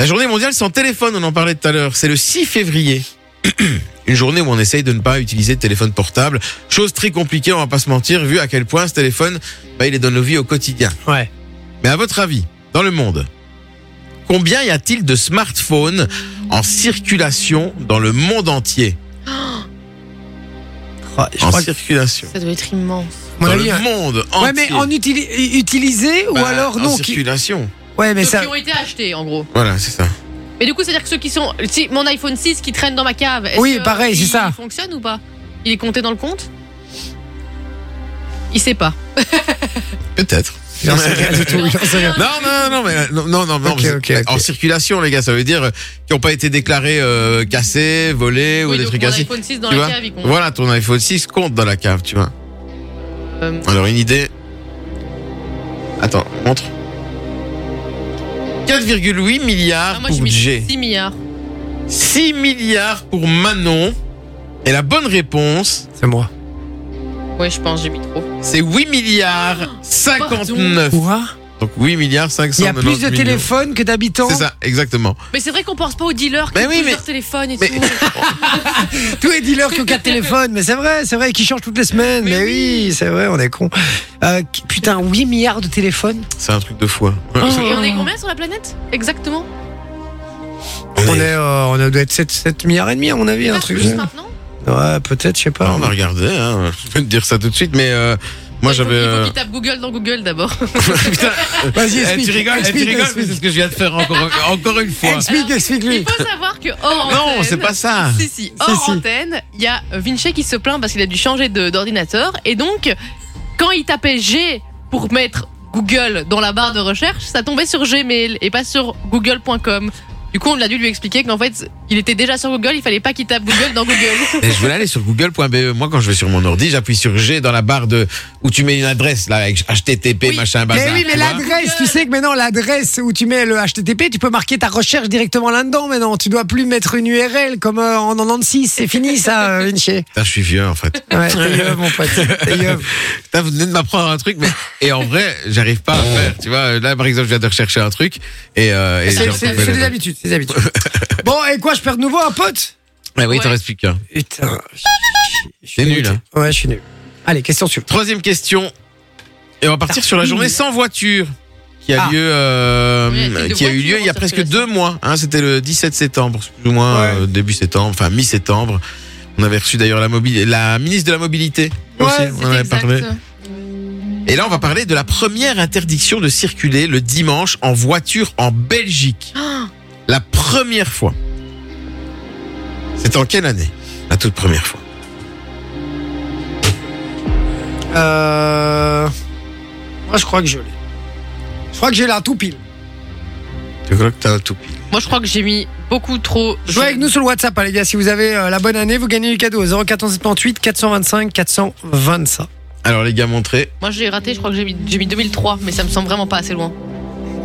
La journée mondiale sans téléphone, on en parlait tout à l'heure, c'est le 6 février. (clears throat) Une journée où on essaye de ne pas utiliser de téléphone portable. Chose très compliquée, on va pas se mentir, vu à quel point ce téléphone, bah, il est dans nos vies au quotidien. Ouais. Mais à votre avis, dans le monde, combien y a-t-il de smartphones en circulation dans le monde entier Oh, je En crois que- circulation. Ça doit être immense. à mon Dans avis, le ouais. monde Ouais, entier. mais en utili- utilisé ou Bah, alors En non. qui- circulation. Ouais, mais Ceux ça. qui ont été achetés, en gros. Voilà, c'est ça. Mais du coup, c'est-à-dire que ceux qui sont. Si mon iPhone 6 qui traîne dans ma cave. est-ce Oui, que pareil, il- c'est ça. Il fonctionne ou pas Il est compté dans le compte Il sait pas. Peut-être. Il en sait rien du tout, il en sait rien. (laughs) Non, non, non, mais euh, non, non, non, non, Ok, mais ok, c'est- ok. en circulation, les gars, ça veut dire euh, qui n'ont pas été déclarés euh, cassés, volés ou Oui, des donc trucs mon ainsi. iPhone 6 dans Tu la vois cave, il compte. Voilà, ton iPhone 6 compte dans la cave, tu vois. Euh, Alors, une idée. Attends, montre. 4,8 ah, milliards moi, j'ai pour mis G, 6 milliards. 6 milliards pour Manon. Et la bonne réponse, C'est moi. Ouais, je pense, j'ai mis trop. c'est 8 milliards 59. Quoi Donc 8 milliards 500. Il y a plus de téléphones que d'habitants. C'est ça, exactement. Mais c'est vrai qu'on pense pas aux dealers qui Mais ont oui, plusieurs mais- téléphones et mais- tout. (laughs) Tous les dealers qui ont quatre téléphones, mais c'est vrai, c'est vrai, qui changent toutes les semaines. Mais, Mais oui, c'est vrai, on est con. Euh, putain, 8 milliards de téléphones. C'est un truc de fou. hein. Et on est combien sur la planète Exactement On est, euh, on doit être 7, 7 milliards et demi à mon avis, un Pas truc. plus comme maintenant Ah, ça. Ouais, peut-être, je sais Bah, pas. on va regarder, hein. je peux te dire ça tout de suite, mais euh, moi Il faut- j'avais. Il faut euh, qu'il tape Google dans Google d'abord. (laughs) Putain, Vas-y, eh, explique. tu rigoles, eh, tu explique, rigoles, mais c'est explique. ce que je viens de faire encore, encore une fois. Explique, explique-lui. Il faut savoir que oh, hors Non, antenne- c'est pas ça. Si, si, hors Ah. si. antenne, il y a Vinci qui se plaint parce qu'il a dû changer de- d'ordinateur. Et donc, quand il tapait G pour mettre Google dans la barre de recherche, ça tombait sur Gmail et pas sur google.com. Du coup, on a dû lui expliquer qu'en fait, il était déjà sur Google, il fallait pas qu'il tape Google (laughs) dans Google. Et Eh, je voulais aller sur google.be. Moi, quand je vais sur mon ordi, j'appuie sur G dans la barre de où tu mets une adresse là avec HTTP Oui. machin bazar. Mais oui, mais tu vois. l'adresse, tu sais que maintenant, l'adresse où tu mets le HTTP, tu peux marquer ta recherche directement là-dedans maintenant. Tu dois plus mettre une URL comme euh, en 96. C'est fini ça, (laughs) euh, Vinci. Putain, je suis vieux en fait. Ouais, t'es yeuve, mon pote. T'es yeuve. Putain, vous venez de m'apprendre un truc, mais et en vrai, j'arrive pas à faire. Tu vois, là par exemple, je viens de rechercher un truc et. Euh, et j'ai C'est retrouvé c'est- c'est le- des habitudes, c'est des habitudes. Bon, et quoi, je perds de nouveau un pote Ah oui, t'en Ouais. reste plus qu'un. Putain. je- je- je suis T'es nul, hein. dégoûté. Ouais, je suis nul. Allez, question suivante. Troisième question. Et on va partir sur la journée sans voiture qui a Ah. lieu, euh, Oui, la fille de qui a eu voiture lieu il y a en presque circulation. deux mois. hein, C'était le 17 septembre, plus ou moins Ouais. euh, début septembre, enfin mi-septembre. On avait reçu d'ailleurs la, mobili- la ministre de la mobilité. Ouais, aussi, on en C'est avait exact. parlé. Et là, on va parler de la première interdiction de circuler le dimanche en voiture en Belgique. Ah. La première fois. C'était en quelle année La toute première fois. Euh... Moi, je crois que je l'ai. Je crois que j'ai là tout pile. Tu crois que t'as tout pile Moi, je crois que j'ai mis beaucoup trop. Jouez avec nous sur le WhatsApp, hein, les gars. Si vous avez euh, la bonne année, vous gagnez du cadeau. 0478 425 425. Alors les gars, montrez. Moi, j'ai raté, je crois que j'ai mis, j'ai mis 2003, mais ça me semble vraiment pas assez loin.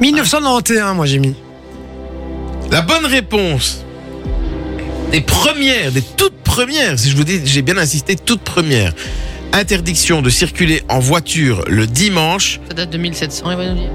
1991, moi, j'ai mis. La bonne réponse des premières, des toutes premières, si je vous dis, j'ai bien insisté, toutes premières. Interdiction de circuler en voiture le dimanche. Ça date de 1700, il va nous dire.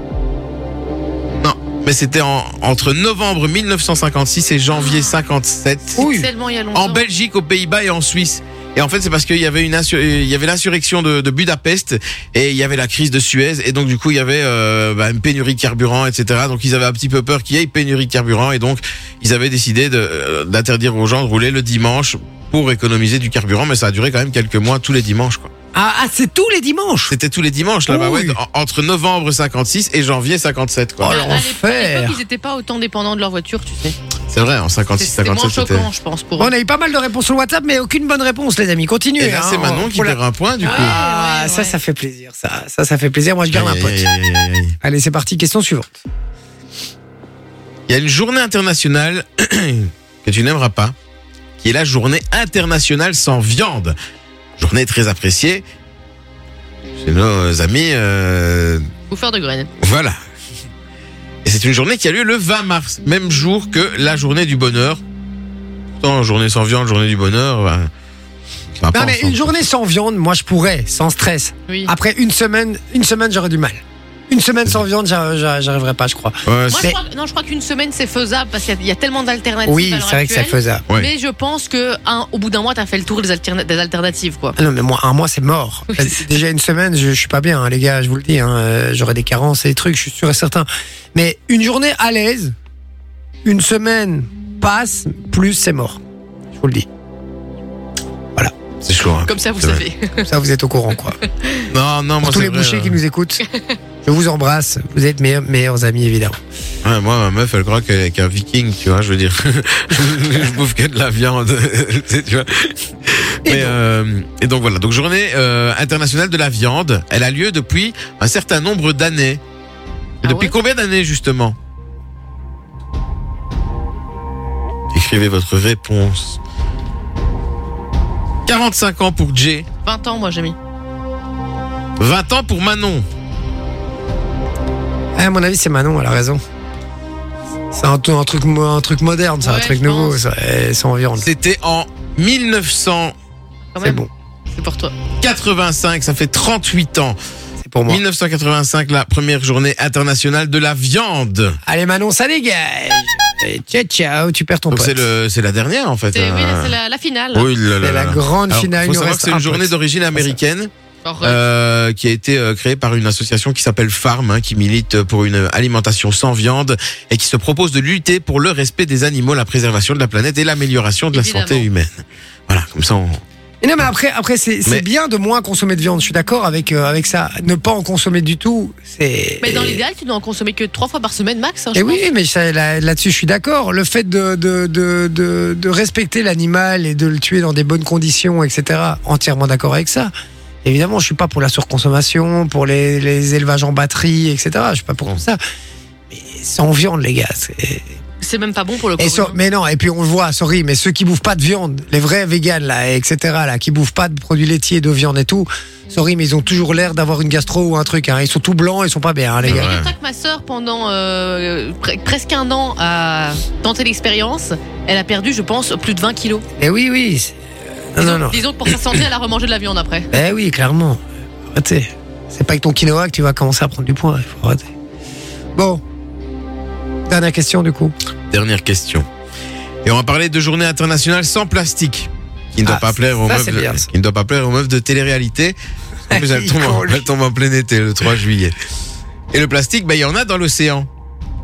Non, mais c'était en- entre novembre 1956 et janvier 57. Oui. Tellement il y a longtemps. En Belgique, aux Pays-Bas et en Suisse. Et en fait, c'est parce qu'il y avait une insur- il y avait l'insurrection de, de Budapest et il y avait la crise de Suez et donc du coup il y avait euh, bah, une pénurie de carburant, etc. Donc ils avaient un petit peu peur qu'il y ait pénurie de carburant et donc ils avaient décidé de, euh, d'interdire aux gens de rouler le dimanche pour économiser du carburant. Mais ça a duré quand même quelques mois tous les dimanches. Quoi. Ah, ah, c'est tous les dimanches. C'était tous les dimanches là-bas, Oui. ouais, en- entre novembre 56 et janvier 57. Quoi. Oh, À- à l'ép- à l'enfer. l'époque, ils étaient pas autant dépendants de leur voiture, tu sais. C'est vrai, en 56, C'était moins 57 c'était. choquant, je pense, pour eux. On a eu pas mal de réponses sur le WhatsApp, mais aucune bonne réponse, les amis. Continuez. Et là, Eh ben, c'est hein. Manon qui Pour la- perd un point du coup. Ah, Ouais, ouais, ça, ouais. ça fait plaisir. Ça, ça, ça fait plaisir. Moi, je garde un Aïe, pote. aïe, aïe, aïe, aïe. Allez, c'est parti. Question suivante. Il y a une journée internationale (clears throat) que tu n'aimeras pas, qui est la journée internationale sans viande. Journée très appréciée chez nos amis. euh, Bouffeur de graines. voilà. Et c'est une journée qui a lieu le 20 mars, même jour que la journée du bonheur. Pourtant, journée sans viande, journée du bonheur. ben, ça va pas Non, mais ensemble. une journée sans viande, moi, je pourrais, sans stress. Oui. Après une semaine, une semaine, j'aurais du mal. Une semaine sans viande, j'a- j'a- j'arriverais pas, je crois. Ouais, Moi, c'est- je crois, que- non, je crois qu'une semaine, c'est faisable parce qu'il y a- il y, a tellement d'alternatives. Oui, à l'heure Ah, c'est vrai que ça actuelle. faisable. Ouais. Mais je pense que un, au bout d'un mois, t'as fait le tour des, alterna- des alternatives, quoi. Ah non, mais moi, un mois, c'est mort. Oui, Parce que Déjà une semaine, je, je suis pas bien, hein, les gars, je vous le dis. hein, euh, J'aurai des carences et des trucs, je suis sûr et certain. Mais une journée à l'aise, une semaine passe, plus c'est mort. Je vous le dis. c'est chaud. hein. Comme ça, vous C'est vrai. savez. (laughs) Comme Ça, vous êtes au courant, (laughs) quoi. Non, non, Pour moi, tous c'est les vrai, bouchers hein. qui nous écoutent, je vous embrasse. Vous êtes mes meilleurs amis, évidemment. Ouais, moi, ma meuf, elle croit qu'elle est qu'un viking, tu vois, je veux dire. (laughs) je bouffe que de la viande, (laughs) tu vois. Et Mais, donc euh, et donc voilà, donc journée euh, internationale de la viande, elle a lieu depuis un certain nombre d'années. Et Ah depuis ouais combien d'années, justement Écrivez votre réponse. 45 ans pour Jay, 20 ans, moi, j'ai mis. 20 ans pour Manon. Ah, à mon avis, c'est Manon, elle a raison. C'est un, un truc, mo- un truc moderne, c'est un Ouais, truc je nouveau, pense. ça, eh, et sans viande. C'était en 1985, Quand C'est même. bon, C'est pour toi. ça fait 38 ans. c'est pour moi. 1985, la première journée internationale de la viande. Allez, Manon, ça dégage. Et ciao, ciao, tu perds ton Donc pote. c'est le, c'est la dernière en fait. C'est Euh, oui, hein. c'est la, la finale. Oui, là, là, C'est là, la là. grande Alors, finale. il nous faut savoir reste que c'est un une journée pote. d'origine américaine Genre, euh, euh, qui a été euh, créée par une association qui s'appelle Farm, hein, qui milite pour une alimentation sans viande et qui se propose de lutter pour le respect des animaux, la préservation de la planète et l'amélioration de la Évidemment. santé humaine. Voilà, comme ça on... Et non, mais après, après c'est c'est Mais- bien de moins consommer de viande. Je suis d'accord avec euh, avec ça. Ne pas en consommer du tout, c'est. Mais dans l'idéal, tu dois en consommer que 3 fois par semaine max. hein, je Et Eh oui, mais ça, là- là-dessus, je suis d'accord. Le fait de, de, de, de, de respecter l'animal et de le tuer dans des bonnes conditions, etc., entièrement d'accord avec ça. Évidemment, je suis pas pour la surconsommation, pour les, les élevages en batterie, etc. Je suis pas pour tout ça. Mais sans viande, les gars. c'est- pense. C'est même pas bon pour le Et corps sur- humain. mais non, et puis on le voit, sorry, mais ceux qui bouffent pas de viande, les vrais véganes, là, etc., là, qui bouffent pas de produits laitiers, de viande et tout, sorry, mais ils ont toujours l'air d'avoir une gastro ou un truc. Hein. Ils sont tout blancs, ils sont pas bien, hein, les Mais gars. Ouais. figure-toi que ma sœur, pendant euh, pre- presque un an, a tenté l'expérience. Elle a perdu, je pense, plus de 20 kilos. Mais Eh oui, oui. c'est- euh, Non, non, non. Disons que pour sa santé, elle a remangé de la viande après. Eh oui, clairement. Arrêtez. C'est pas avec ton quinoa que tu vas commencer à prendre du poids. Il faut arrêter. Bon. Dernière question, du coup. Dernière question. Et on va parler de journée internationale sans plastique. qui ne doit Ah, pas plaire aux ça, meufs, c'est de- bien, ça. qui ne doit pas plaire aux meufs de télé-réalité. (laughs) En plus, elle tombe, en, Cool. elle tombe en plein été, le 3 juillet. Et le plastique, bah, il y en a dans l'océan.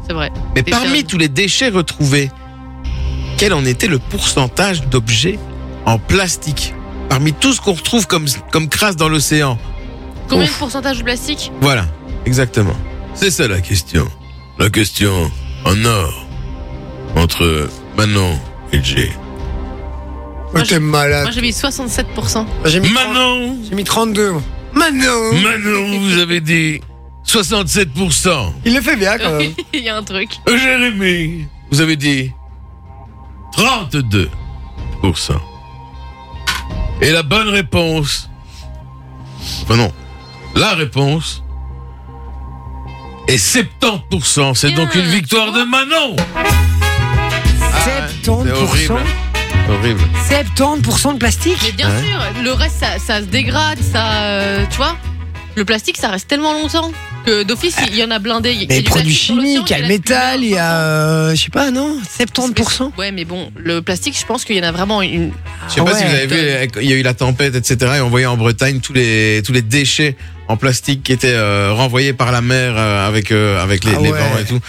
C'est vrai. Mais Des parmi germes. tous les déchets retrouvés, quel en était le pourcentage d'objets en plastique Parmi tout ce qu'on retrouve comme, comme crasse dans l'océan. Combien Ouf. de pourcentage de plastique Voilà, exactement. C'est ça la question. La question en or entre Manon et Jay. Oh, j'ai- T'es malade. Moi j'ai mis 67%. J'ai mis, 30 Manon j'ai mis 32. Manon Manon, vous avez dit 67%. Il le fait bien quand même. (laughs) Il y a un truc. Jérémy, vous avez dit 32%. Et la bonne réponse. Enfin non, la réponse est 70%. C'est donc une Bien, victoire de Manon. 70%, Horrible. 70% de plastique Mais bien Ouais. sûr, le reste ça, ça se dégrade, ça. euh, tu vois Le plastique ça reste tellement longtemps que d'office il y en a blindé. Il y a Mais du produits plastique sur l'océan, chimiques, il y a le métal, il y a. euh, je sais pas, non 70% Ouais, mais bon, le plastique, je pense qu'il y en a vraiment une. Je sais pas Ah si vous ouais. avez vu, euh, il y a eu la tempête, etc. Et on voyait en Bretagne tous les tous les déchets en plastique qui étaient euh, renvoyés par la mer euh, avec euh, avec les, Ah les ouais. vents et tout.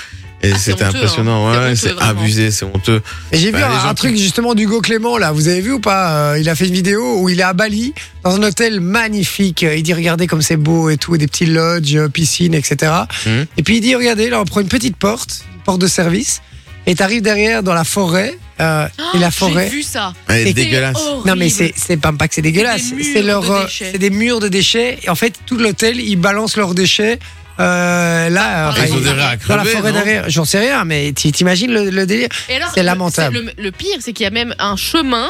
Et Ah, c'est c'était honteux, impressionnant, hein. ouais, C'est honteux, c'est vraiment. abusé, c'est honteux. Et j'ai Bah, vu un, les gens un qui- truc justement d'Hugo Clément là, vous avez vu ou pas Euh, Il a fait une vidéo où il est à Bali, dans un hôtel magnifique. Il dit regardez comme c'est beau et tout, des petits lodges, euh, piscine, etc. Mhm. Et puis il dit regardez, là on prend une petite porte, une porte de service, et t'arrives derrière dans la forêt, euh, et la forêt. Oh, J'ai vu ça. Ouais, Et- dégueulasse. Non mais c'est c'est pas, pas que c'est dégueulasse, murs c'est leur de euh, déchets. c'est des murs de déchets et en fait tout l'hôtel ils balancent leurs déchets euh, là Ah, Ils enfin, ont des rats à dans la crever, forêt non derrière, j'en sais rien mais t'i- t'imagines le, le délire c'est lamentable. Le, le pire, c'est qu'il y a même un chemin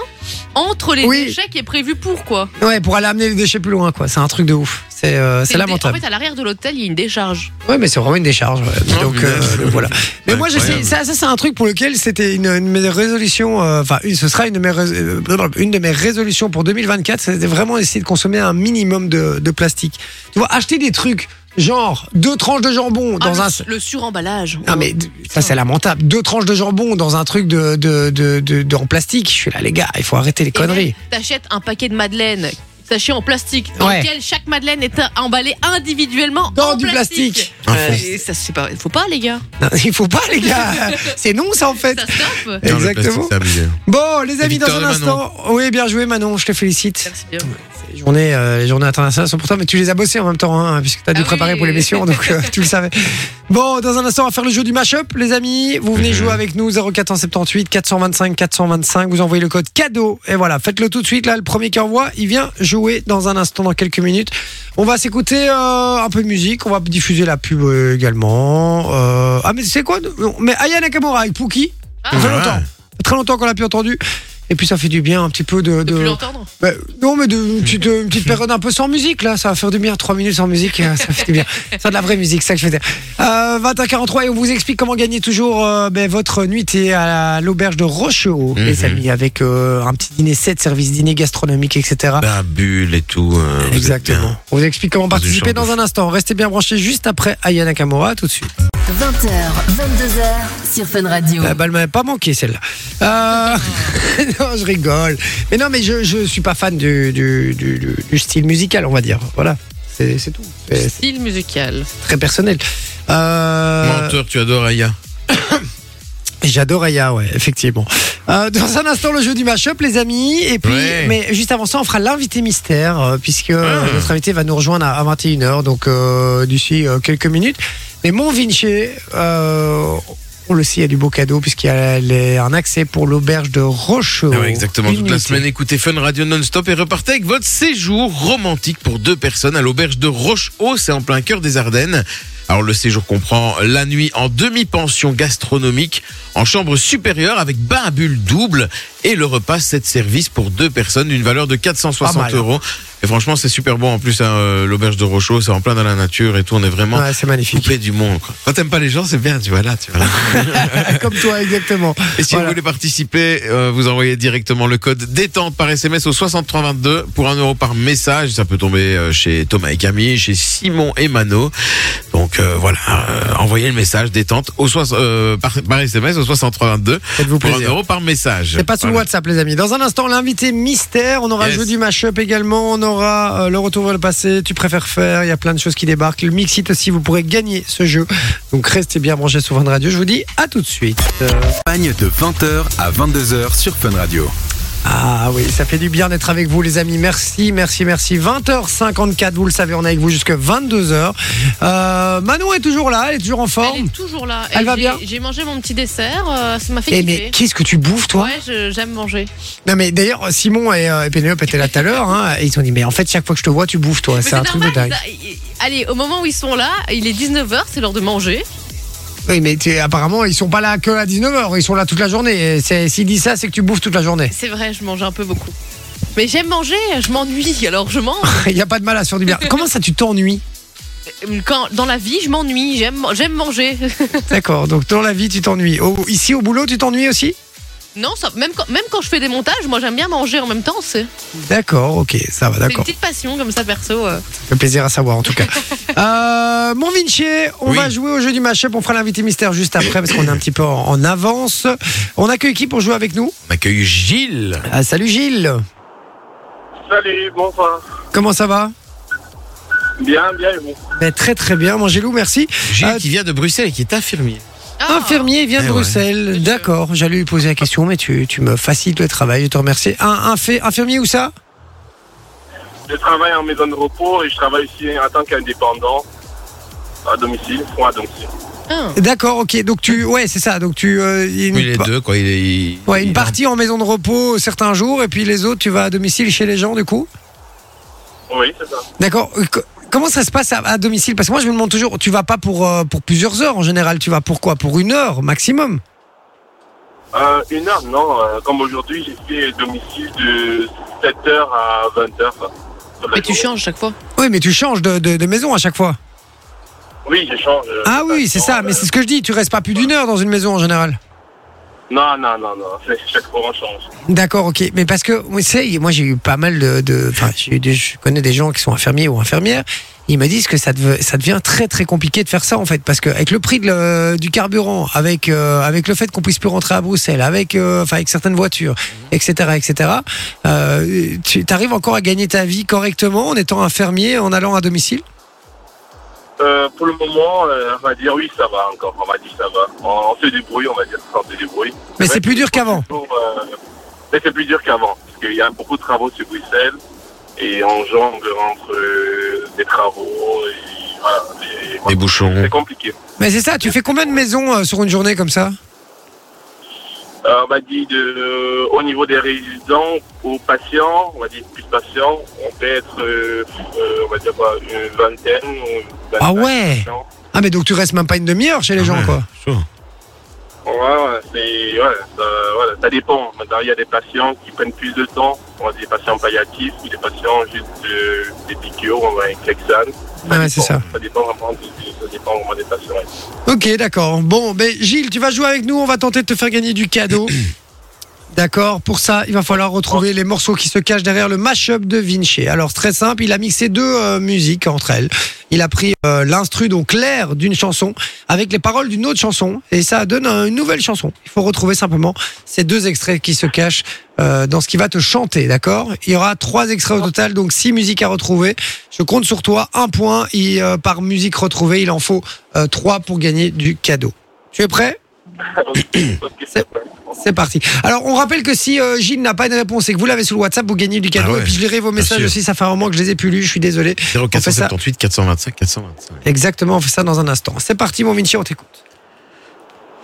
entre les Oui. déchets qui est prévu pour quoi. Ouais, pour aller amener les déchets plus loin quoi, c'est un truc de ouf. C'est euh, c'est une dé- lamentable. En fait, à l'arrière de l'hôtel, il y a une décharge. Ouais, mais c'est vraiment une décharge. ouais. Oh, Donc punaise. euh, donc voilà. Mais moi, je sais, Incroyable. ça, ça c'est un truc pour lequel c'était une, une de mes résolutions. euh, Enfin, une- ce sera une de mes rés- euh, une de mes résolutions pour 2024. C'était vraiment essayer de consommer un minimum de, de plastique. Tu vois, acheter des trucs genre deux tranches de jambon dans Ah, un. le, le suremballage. Non mais d- ça c'est lamentable. Deux tranches de jambon dans un truc de, de, de, de- de- en plastique. Je suis là les gars, il faut arrêter les Et même, conneries. T'achètes un paquet de madeleines, sachet en plastique, dans Ouais. lequel chaque madeleine est emballée individuellement Dans en du plastique. Un Euh, fond. et ça, c'est pas, faut pas les gars. Non, il faut pas les gars. (laughs) C'est non ça en fait. Ça (laughs) stoppe. Non, le Exactement. plastique, c'est abusé. Bon les amis, dans victoire un de Manon. instant. Oui bien joué Manon, je te félicite. Merci bien. les journées, euh, les journées internationales sont pour toi, mais tu les as bossées en même temps, hein, puisque tu as dû Ah oui. préparer pour l'émission, donc euh, tu le savais. Bon, dans un instant, on va faire le jeu du mashup, les amis. Vous venez jouer avec nous, 0478 425 425. Vous envoyez le code cadeau, et voilà, faites-le tout de suite. Là, le premier qui envoie, il vient jouer dans un instant, dans quelques minutes. On va s'écouter euh, un peu de musique, on va diffuser la pub euh, également. Euh, ah, mais c'est quoi non, Mais Aya Nakamura avec Pookie, ça fait Ah. longtemps, très longtemps qu'on l'a plus entendu. Et puis ça fait du bien un petit peu de, De plus de, l'entendre. bah, non, mais de, une, petite, une petite période un peu sans musique, là. Ça va faire du bien. 3 minutes sans musique, euh, ça fait du bien. C'est de la vraie musique, ça que je faisais. Euh, 21h43, et on vous explique comment gagner toujours euh, ben, votre nuitée à la- l'auberge de Rocheau, les Mhm. amis, avec euh, un petit dîner 7, service dîner gastronomique, etc. Bah, bulle et tout. euh, vous êtes Exactement. bien. On vous explique comment Dans une participer chambre dans un instant. Restez bien branchés juste après Ayana Kamora, tout de suite. 20h, 22h sur Fun Radio. La balle Ah, bah, m'avait pas manqué celle-là. Euh, (laughs) non, je rigole. Mais non, mais je, je suis pas fan du, du, du- du- du style musical, on va dire. Voilà, c'est c'est tout. C'est c'est Style musical. très personnel. Euh, Menteur, tu adores Aya. J'adore Aya, ouais, effectivement. Euh, dans un instant, le jeu du mashup, les amis. Et puis, Ouais. Ah. mais juste avant ça, on fera l'invité mystère, euh, puisque euh, notre invité va nous rejoindre à, 21h, donc euh, d'ici euh, quelques minutes. Mais mon Vinci, euh, on le sait, il y a du beau cadeau, puisqu'il y a les- un accès pour l'auberge de Rocheau. Ah ouais, exactement, Une toute la nuitée. semaine, écoutez Fun Radio non-stop et repartez avec votre séjour romantique pour deux personnes à l'auberge de Roche-Haut, c'est en plein cœur des Ardennes. Alors le séjour comprend la nuit en demi-pension gastronomique, en chambre supérieure avec bain à bulles double et le repas 7 services pour deux personnes d'une valeur de Pas 460 mal. euros. Et franchement, c'est super bon. En plus, hein, euh, l'auberge de Rochaud, c'est en plein dans la nature et tout. On est vraiment Ouais, c'est (laughs) magnifique. coupé du monde. quoi. Quand t'aimes pas les gens, c'est bien. Tu vois là, tu vois là. Comme toi, exactement. Et si Voilà. vous voulez participer, euh, vous envoyez directement le code détente par SMS au 6322 pour 1 euro par message. Ça peut tomber euh, chez Thomas et Camille, chez Simon et Mano. Donc euh, voilà, euh, envoyez le message détente au soix- euh, par, par SMS au 6322 Faites-vous pour 1 plaisir. euro par message. C'est pas sur Voilà. WhatsApp, les amis. Dans un instant, l'invité mystère. On aura le Yes. jeu du mashup également. On aura euh, le retour vers le passé. Tu préfères faire. Il y a plein de choses qui débarquent. Le Mixit aussi. Vous pourrez gagner ce jeu. Donc restez bien branchés sur Fun Radio. Je vous dis à tout de suite. Euh, Pagne de 20h à 22h sur Fun Radio. Ah oui, ça fait du bien d'être avec vous, les amis. Merci, merci, merci. 20h54. Vous le savez, on est avec vous jusqu'à 22h. Euh, Manon est toujours là. Elle est toujours en Elle forme. est toujours là. Elle Et va j'ai- bien J'ai mangé mon petit dessert, euh, ça m'a fait Eh, mais kiffer. qu'est-ce que tu bouffes, toi Ouais, je- j'aime manger. Non, mais d'ailleurs, Simon et, euh, et Pénélope étaient là tout à l'heure. hein, et ils ont dit, mais en fait, chaque fois que je te vois, tu bouffes, toi. Mais C'est un truc de normal, dingue. ils- ils- Allez, au moment où ils sont là, il est 19h, c'est l'heure de manger. Oui, mais tu- apparemment, ils sont pas là que à 19h, ils sont là toute la journée. Et c'est- S'ils disent ça, c'est que tu bouffes toute la journée. (laughs) C'est vrai, je mange un peu beaucoup. Mais j'aime manger, je m'ennuie, alors je mange. Il n'y a pas de mal à se faire du bien. Comment ça, tu t'ennuies Quand, dans la vie, je m'ennuie, j'aime j'aime manger. (laughs) D'accord, donc dans la vie, tu t'ennuies. Au- ici, au boulot, tu t'ennuies aussi Non, ça, même, quand, même quand je fais des montages, moi j'aime bien manger en même temps. C'est D'accord, ok, ça va, une d'accord. petite passion comme ça perso. euh. Ça fait plaisir à savoir, en tout cas. Euh, mon Vinci, on Oui. va jouer au jeu du match-up. On fera l'invité mystère juste après, parce qu'on est un petit peu en, en avance. On accueille qui pour jouer avec nous On accueille Gilles. Ah, Salut Gilles Salut, bonsoir. Comment ça va Bien, bien, et vous Mais Ben, Très très bien, mon Gilou, merci. Gilles Ah, qui vient de Bruxelles et qui est infirmier. Ah, Infirmier il vient de Eh ouais. Bruxelles. Monsieur. D'accord, j'allais lui poser la question, mais tu, tu me facilites le travail, je te remercie. Un, un fait, infirmier où ça Je travaille en maison de repos et je travaille ici en tant qu'indépendant à domicile, ou à domicile. ah. D'accord, ok. Donc tu. Ouais, c'est ça. Donc tu. euh, il y a une, Oui, les pa- deux, quoi. Il est, il- ouais, il une est- partie en maison de repos certains jours, et puis les autres, tu vas à domicile chez les gens, du coup. Oui, c'est ça. D'accord. Euh, co- Comment ça se passe à, à domicile Parce que moi, je me demande toujours, tu vas pas pour, euh, pour plusieurs heures en général, tu vas pour quoi Pour une heure maximum Euh, une heure, non. euh, comme aujourd'hui, j'ai fait domicile de 7h à 20h. quoi, sur la Mais tu journée. changes chaque fois. Oui, mais tu changes de, de- de maison à chaque fois. Oui, j'échange. euh, Ah oui, exactement, c'est ça. euh, Mais c'est ce que je dis, tu restes pas plus d'une heure dans une maison en général. Non, non, non, non. c'est- Chaque fois, on change. D'accord, ok. Mais parce que, vous savez, moi j'ai eu pas mal de. de- Enfin, j'ai eu des- je connais des gens qui sont infirmiers ou infirmières. Ils me disent que ça, deve- ça devient très très compliqué de faire ça en fait. Parce que avec le prix de le- du carburant, avec, euh, avec le fait qu'on puisse plus rentrer à Bruxelles, avec, euh, enfin, avec certaines voitures, etc., etc., euh, tu arrives encore à gagner ta vie correctement en étant infirmier, en allant à domicile Euh, pour le moment, euh, on va dire oui, ça va encore. On va dire ça va. On, on se débrouille, on va dire on se débrouille. Mais Ouais, c'est plus dur qu'avant. toujours, euh, mais c'est plus dur qu'avant, parce qu'il y a beaucoup de travaux sur Bruxelles, et on jongle entre euh, des travaux, et voilà, et Les voilà, bouchons. c'est compliqué. Mais c'est ça, tu fais combien de maisons euh, sur une journée comme ça Euh, on va dire de, euh, au niveau des résidents, aux patients, on va dire plus patients, on peut être, euh, euh, on va dire quoi, une vingtaine. ou Ah vingt-cinq ouais. patients. Ah, mais donc tu restes même pas une demi-heure chez les gens Ah Ouais, quoi. chaud. Ouais, ouais, c'est, ouais, ça, voilà, ça dépend. Maintenant, il y a des patients qui prennent plus de temps. On va dire des patients palliatifs ou des patients juste euh, des piqûres, on va dire Clexane. Ah ouais, dépend. c'est ça. Hmm. Ça dépend vraiment, du- ça dépend vraiment des patients. ouais. Ok, d'accord. Bon, ben Gilles, tu vas jouer avec nous. On va tenter de te faire gagner du cadeau. D'accord, pour ça, il va falloir retrouver les morceaux qui se cachent derrière le mashup de Vinci. Alors, très simple, il a mixé deux euh, musiques entre elles. Il a pris euh, l'instru, donc clair, d'une chanson, avec les paroles d'une autre chanson, et ça donne euh, une nouvelle chanson. Il faut retrouver simplement ces deux extraits qui se cachent euh, dans ce qui va te chanter, d'accord Il y aura trois extraits au total, donc six musiques à retrouver. Je compte sur toi, un point et, euh, par musique retrouvée, il en faut euh, trois pour gagner du cadeau. Tu es prêt Parce que C'est- C'est parti. Alors, on rappelle que si euh, Gilles n'a pas une réponse et que vous l'avez sous le WhatsApp, vous gagnez du cadeau. Ah ouais, et puis, je lirai vos messages sûr. aussi. Ça fait un moment que je les ai plus lus. Je suis désolé. fait ça. 0478 425 425. Exactement, on fait ça dans un instant. C'est parti, mon Vinci, on t'écoute.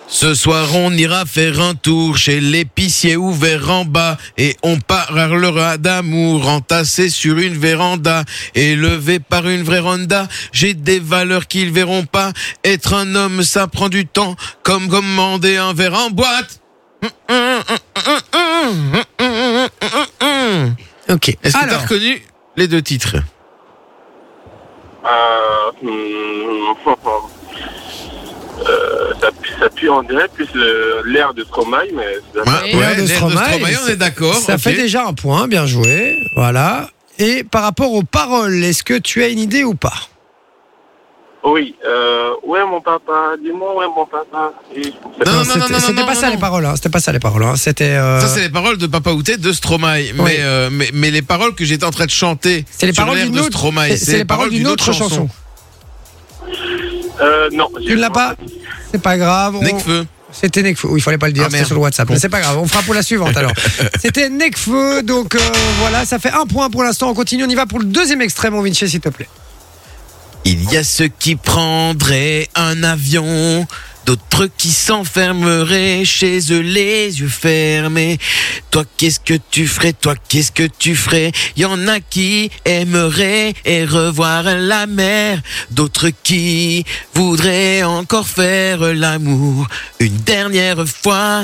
Ce soir, on ira faire un tour chez l'épicier ouvert en bas et on parlera d'amour entassé sur une véranda, élevé par une vraie ronda. J'ai des valeurs qu'ils verront pas. Être un homme, ça prend du temps, comme commander un verre en boîte. Est-ce Ok. que t'as Alors, reconnu les deux titres Euh, hmm, (laughs) euh, ça, pue- ça pue, on dirait, plus euh, l'air de Stromae, mais ça- Ouais, l'air de l'air de Stromae, Stromae, on c'est- est d'accord. Ça ok. fait déjà un point, bien joué. Voilà. Et par rapport aux paroles, est-ce que tu as une idée ou pas oui, euh, ouais mon papa, dis-moi ouais mon papa. Et- Non, non, non, c'était- non, non, C'était non, pas non, ça non. les paroles. hein, C'était pas ça les paroles. hein, C'était. euh, Ça, c'est les paroles de Papa Outé de Stromae. Oui. Mais, euh, mais, mais les paroles que j'étais en train de chanter. C'est les sur paroles l'air d'une de autre- Stromae, c'est- c'est les paroles d'une autre chanson. Euh, non. Tu ne l'as pas C'est pas grave. on- Necfeu. C'était Necfeu. Oui, il fallait pas le dire, Ah, c'était merde. sur le WhatsApp. Bon. Mais c'est pas grave, on fera pour la suivante (laughs) alors. c'était Necfeu, donc euh, voilà, ça fait un point pour l'instant. On continue, on y va pour le deuxième extrait, mon Vinci, s'il te (laughs) plaît. Il y a ceux qui prendraient un avion, d'autres qui s'enfermeraient chez eux les yeux fermés. Toi, qu'est-ce que tu ferais Toi, qu'est-ce que tu ferais Y en a qui aimeraient et revoir la mer, d'autres qui voudraient encore faire l'amour une dernière fois.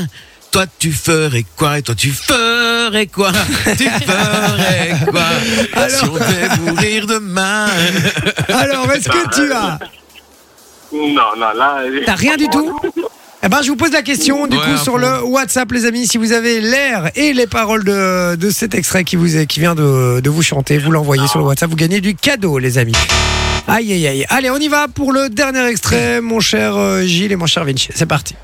Toi tu ferais quoi Et toi tu ferais quoi Tu ferais quoi Si on devait mourir demain Alors, est-ce que tu as Non, non, là. T'as (laughs) rien du tout Eh ben, je vous pose la question, du Ouais, coup, un sur peu. le WhatsApp, les amis, si vous avez l'air et les paroles de, de cet extrait qui, vous est, qui vient de, de vous chanter, vous l'envoyez sur le WhatsApp, vous gagnez du cadeau, les amis. Aïe, aïe, aïe. Allez, on y va pour le dernier extrait, mon cher euh, Gilles et mon cher Vinci. C'est parti.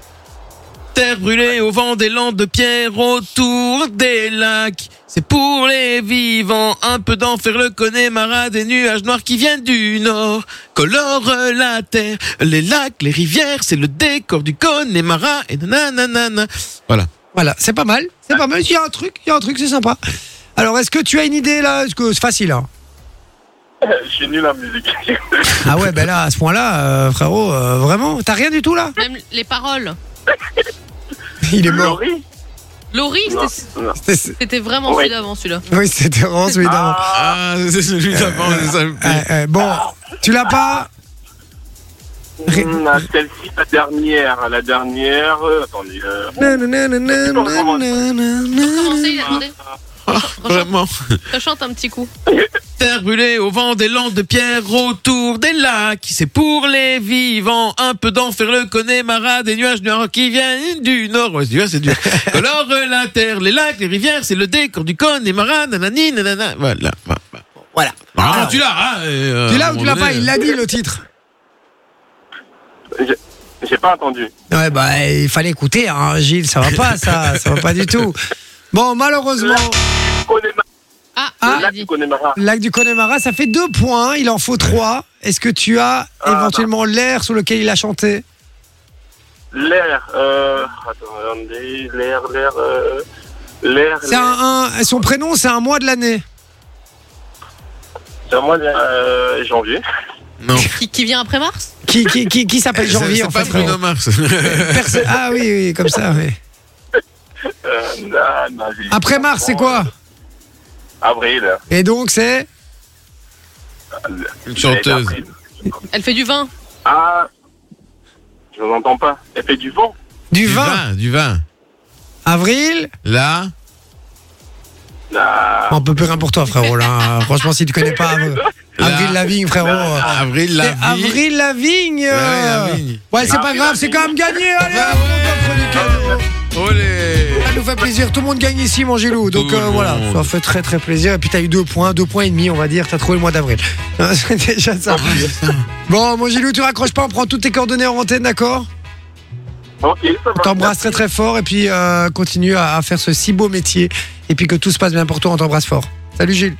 Terre brûlée au vent des landes de pierre autour des lacs. C'est pour les vivants, un peu d'enfer le Connemara, des nuages noirs qui viennent du nord, colorent la terre, les lacs, les rivières, c'est le décor du Connemara, et nananana. Voilà. Voilà, c'est pas mal. C'est pas mal. Il y a un truc, il y a un truc, c'est sympa. Alors, est-ce que tu as une idée là Est-ce que c'est facile hein Je suis nul en musique. (laughs) Ah ouais, ben là, à ce point-là, euh, frérot, euh, vraiment, t'as rien du tout là Même les paroles. (laughs) Il est mort. Laurie Laurie, Non, c'était- non. (laughs) C'est- c'est- c'était vraiment Ouais. celui d'avant, celui-là. Oui, c'était vraiment évidemment. Ah, Ah, c'est celui d'avant, c'est ça. Euh, euh, bon, tu l'as pas hum, ah, Celle-ci, la dernière. La dernière. euh, Attendez. euh, Commencez, il a demandé. Ah. Vraiment. Rechante un petit coup. Terre brûlée au vent des landes de pierre autour des lacs. C'est pour les vivants, un peu d'enfer le Connemara, des nuages noirs qui viennent du nord. Ouais, c'est dur, (laughs) c'est dur. Colore la terre, les lacs, les rivières, c'est le décor du Connemara, nanani, nanana. Voilà. Voilà. Ah, tu l'as, hein, euh, Tu à un l'as ou tu moment l'as donné, pas Il l'a dit le titre. j'ai- J'ai pas entendu. Ouais, bah il fallait écouter, hein, Gilles, ça va pas, ça, ça va pas du tout. Bon, malheureusement, Connemara. Ah, Ah. il Là, l'a tu dit. connais Mara. Lac du Connemara, ça fait deux points, il en faut trois. Est-ce que tu as Ah, éventuellement l'air sur lequel il a chanté L'air. Euh... Attendez. L'air, l'air. Euh... L'air. C'est un, un- son prénom, c'est un mois de l'année. C'est à moi, euh, janvier. (laughs) (laughs) Non. Qui, qui vient après Mars Qui, qui, qui, qui s'appelle janvier (laughs) C'est en pas fait. frérot. (laughs) Bruno Mars. Perso- ah oui, oui, comme ça. oui. Euh, non, non, j'ai- Après mars, c'est quoi Avril. Et donc c'est Une chanteuse. Avril. Elle fait du vin. Ah. Je vous entends pas. Elle fait du vent. du 20 du vin. avril. Là. Ah, On peut plus rien pour toi, frérot. Là, franchement, si tu connais pas Av- Avril Lavigne, frérot. euh, Avril c'est la vie. Avril Lavigne. euh. Ouais, Lavigne. Ouais, c'est pas Avril grave, c'est quand même gagné. Allez, Ah hop, on ouais. offre du cadeau. Olé. Ça nous fait plaisir, tout le monde gagne ici, mon Gilou. Donc Tout euh, le voilà, monde. ça fait très très plaisir. Et puis t'as eu deux points, deux points et demi, on va dire. T'as trouvé le mois d'avril. (laughs) Hein, C'est déjà ça. Bon, mon Gilou, tu raccroches pas, on prend toutes tes coordonnées en antenne, d'accord ok, ça va. On t'embrasse très très fort et puis euh, continue à, à faire ce si beau métier. Et puis que tout se passe bien pour toi, on t'embrasse fort. Salut Gilles.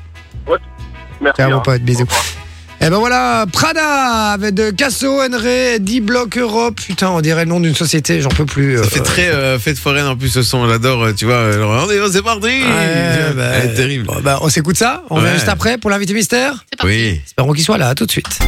Merci. Ciao, mon hein. pote, bisous. Au revoir. Et ben voilà, Prada avec de Casso, Henry, D-Block Europe. Putain, on dirait le nom d'une société, j'en peux plus. Ça fait Euh, très euh, fête foraine en plus ce son, j'adore, euh, tu vois. euh, genre, Allez, c'est parti Ouais, bah, Elle est terrible. Bon, bah, on s'écoute ça, on Ouais. vient juste après pour l'invité mystère. C'est parti. Oui. Espérons qu'il soit là, à tout de suite.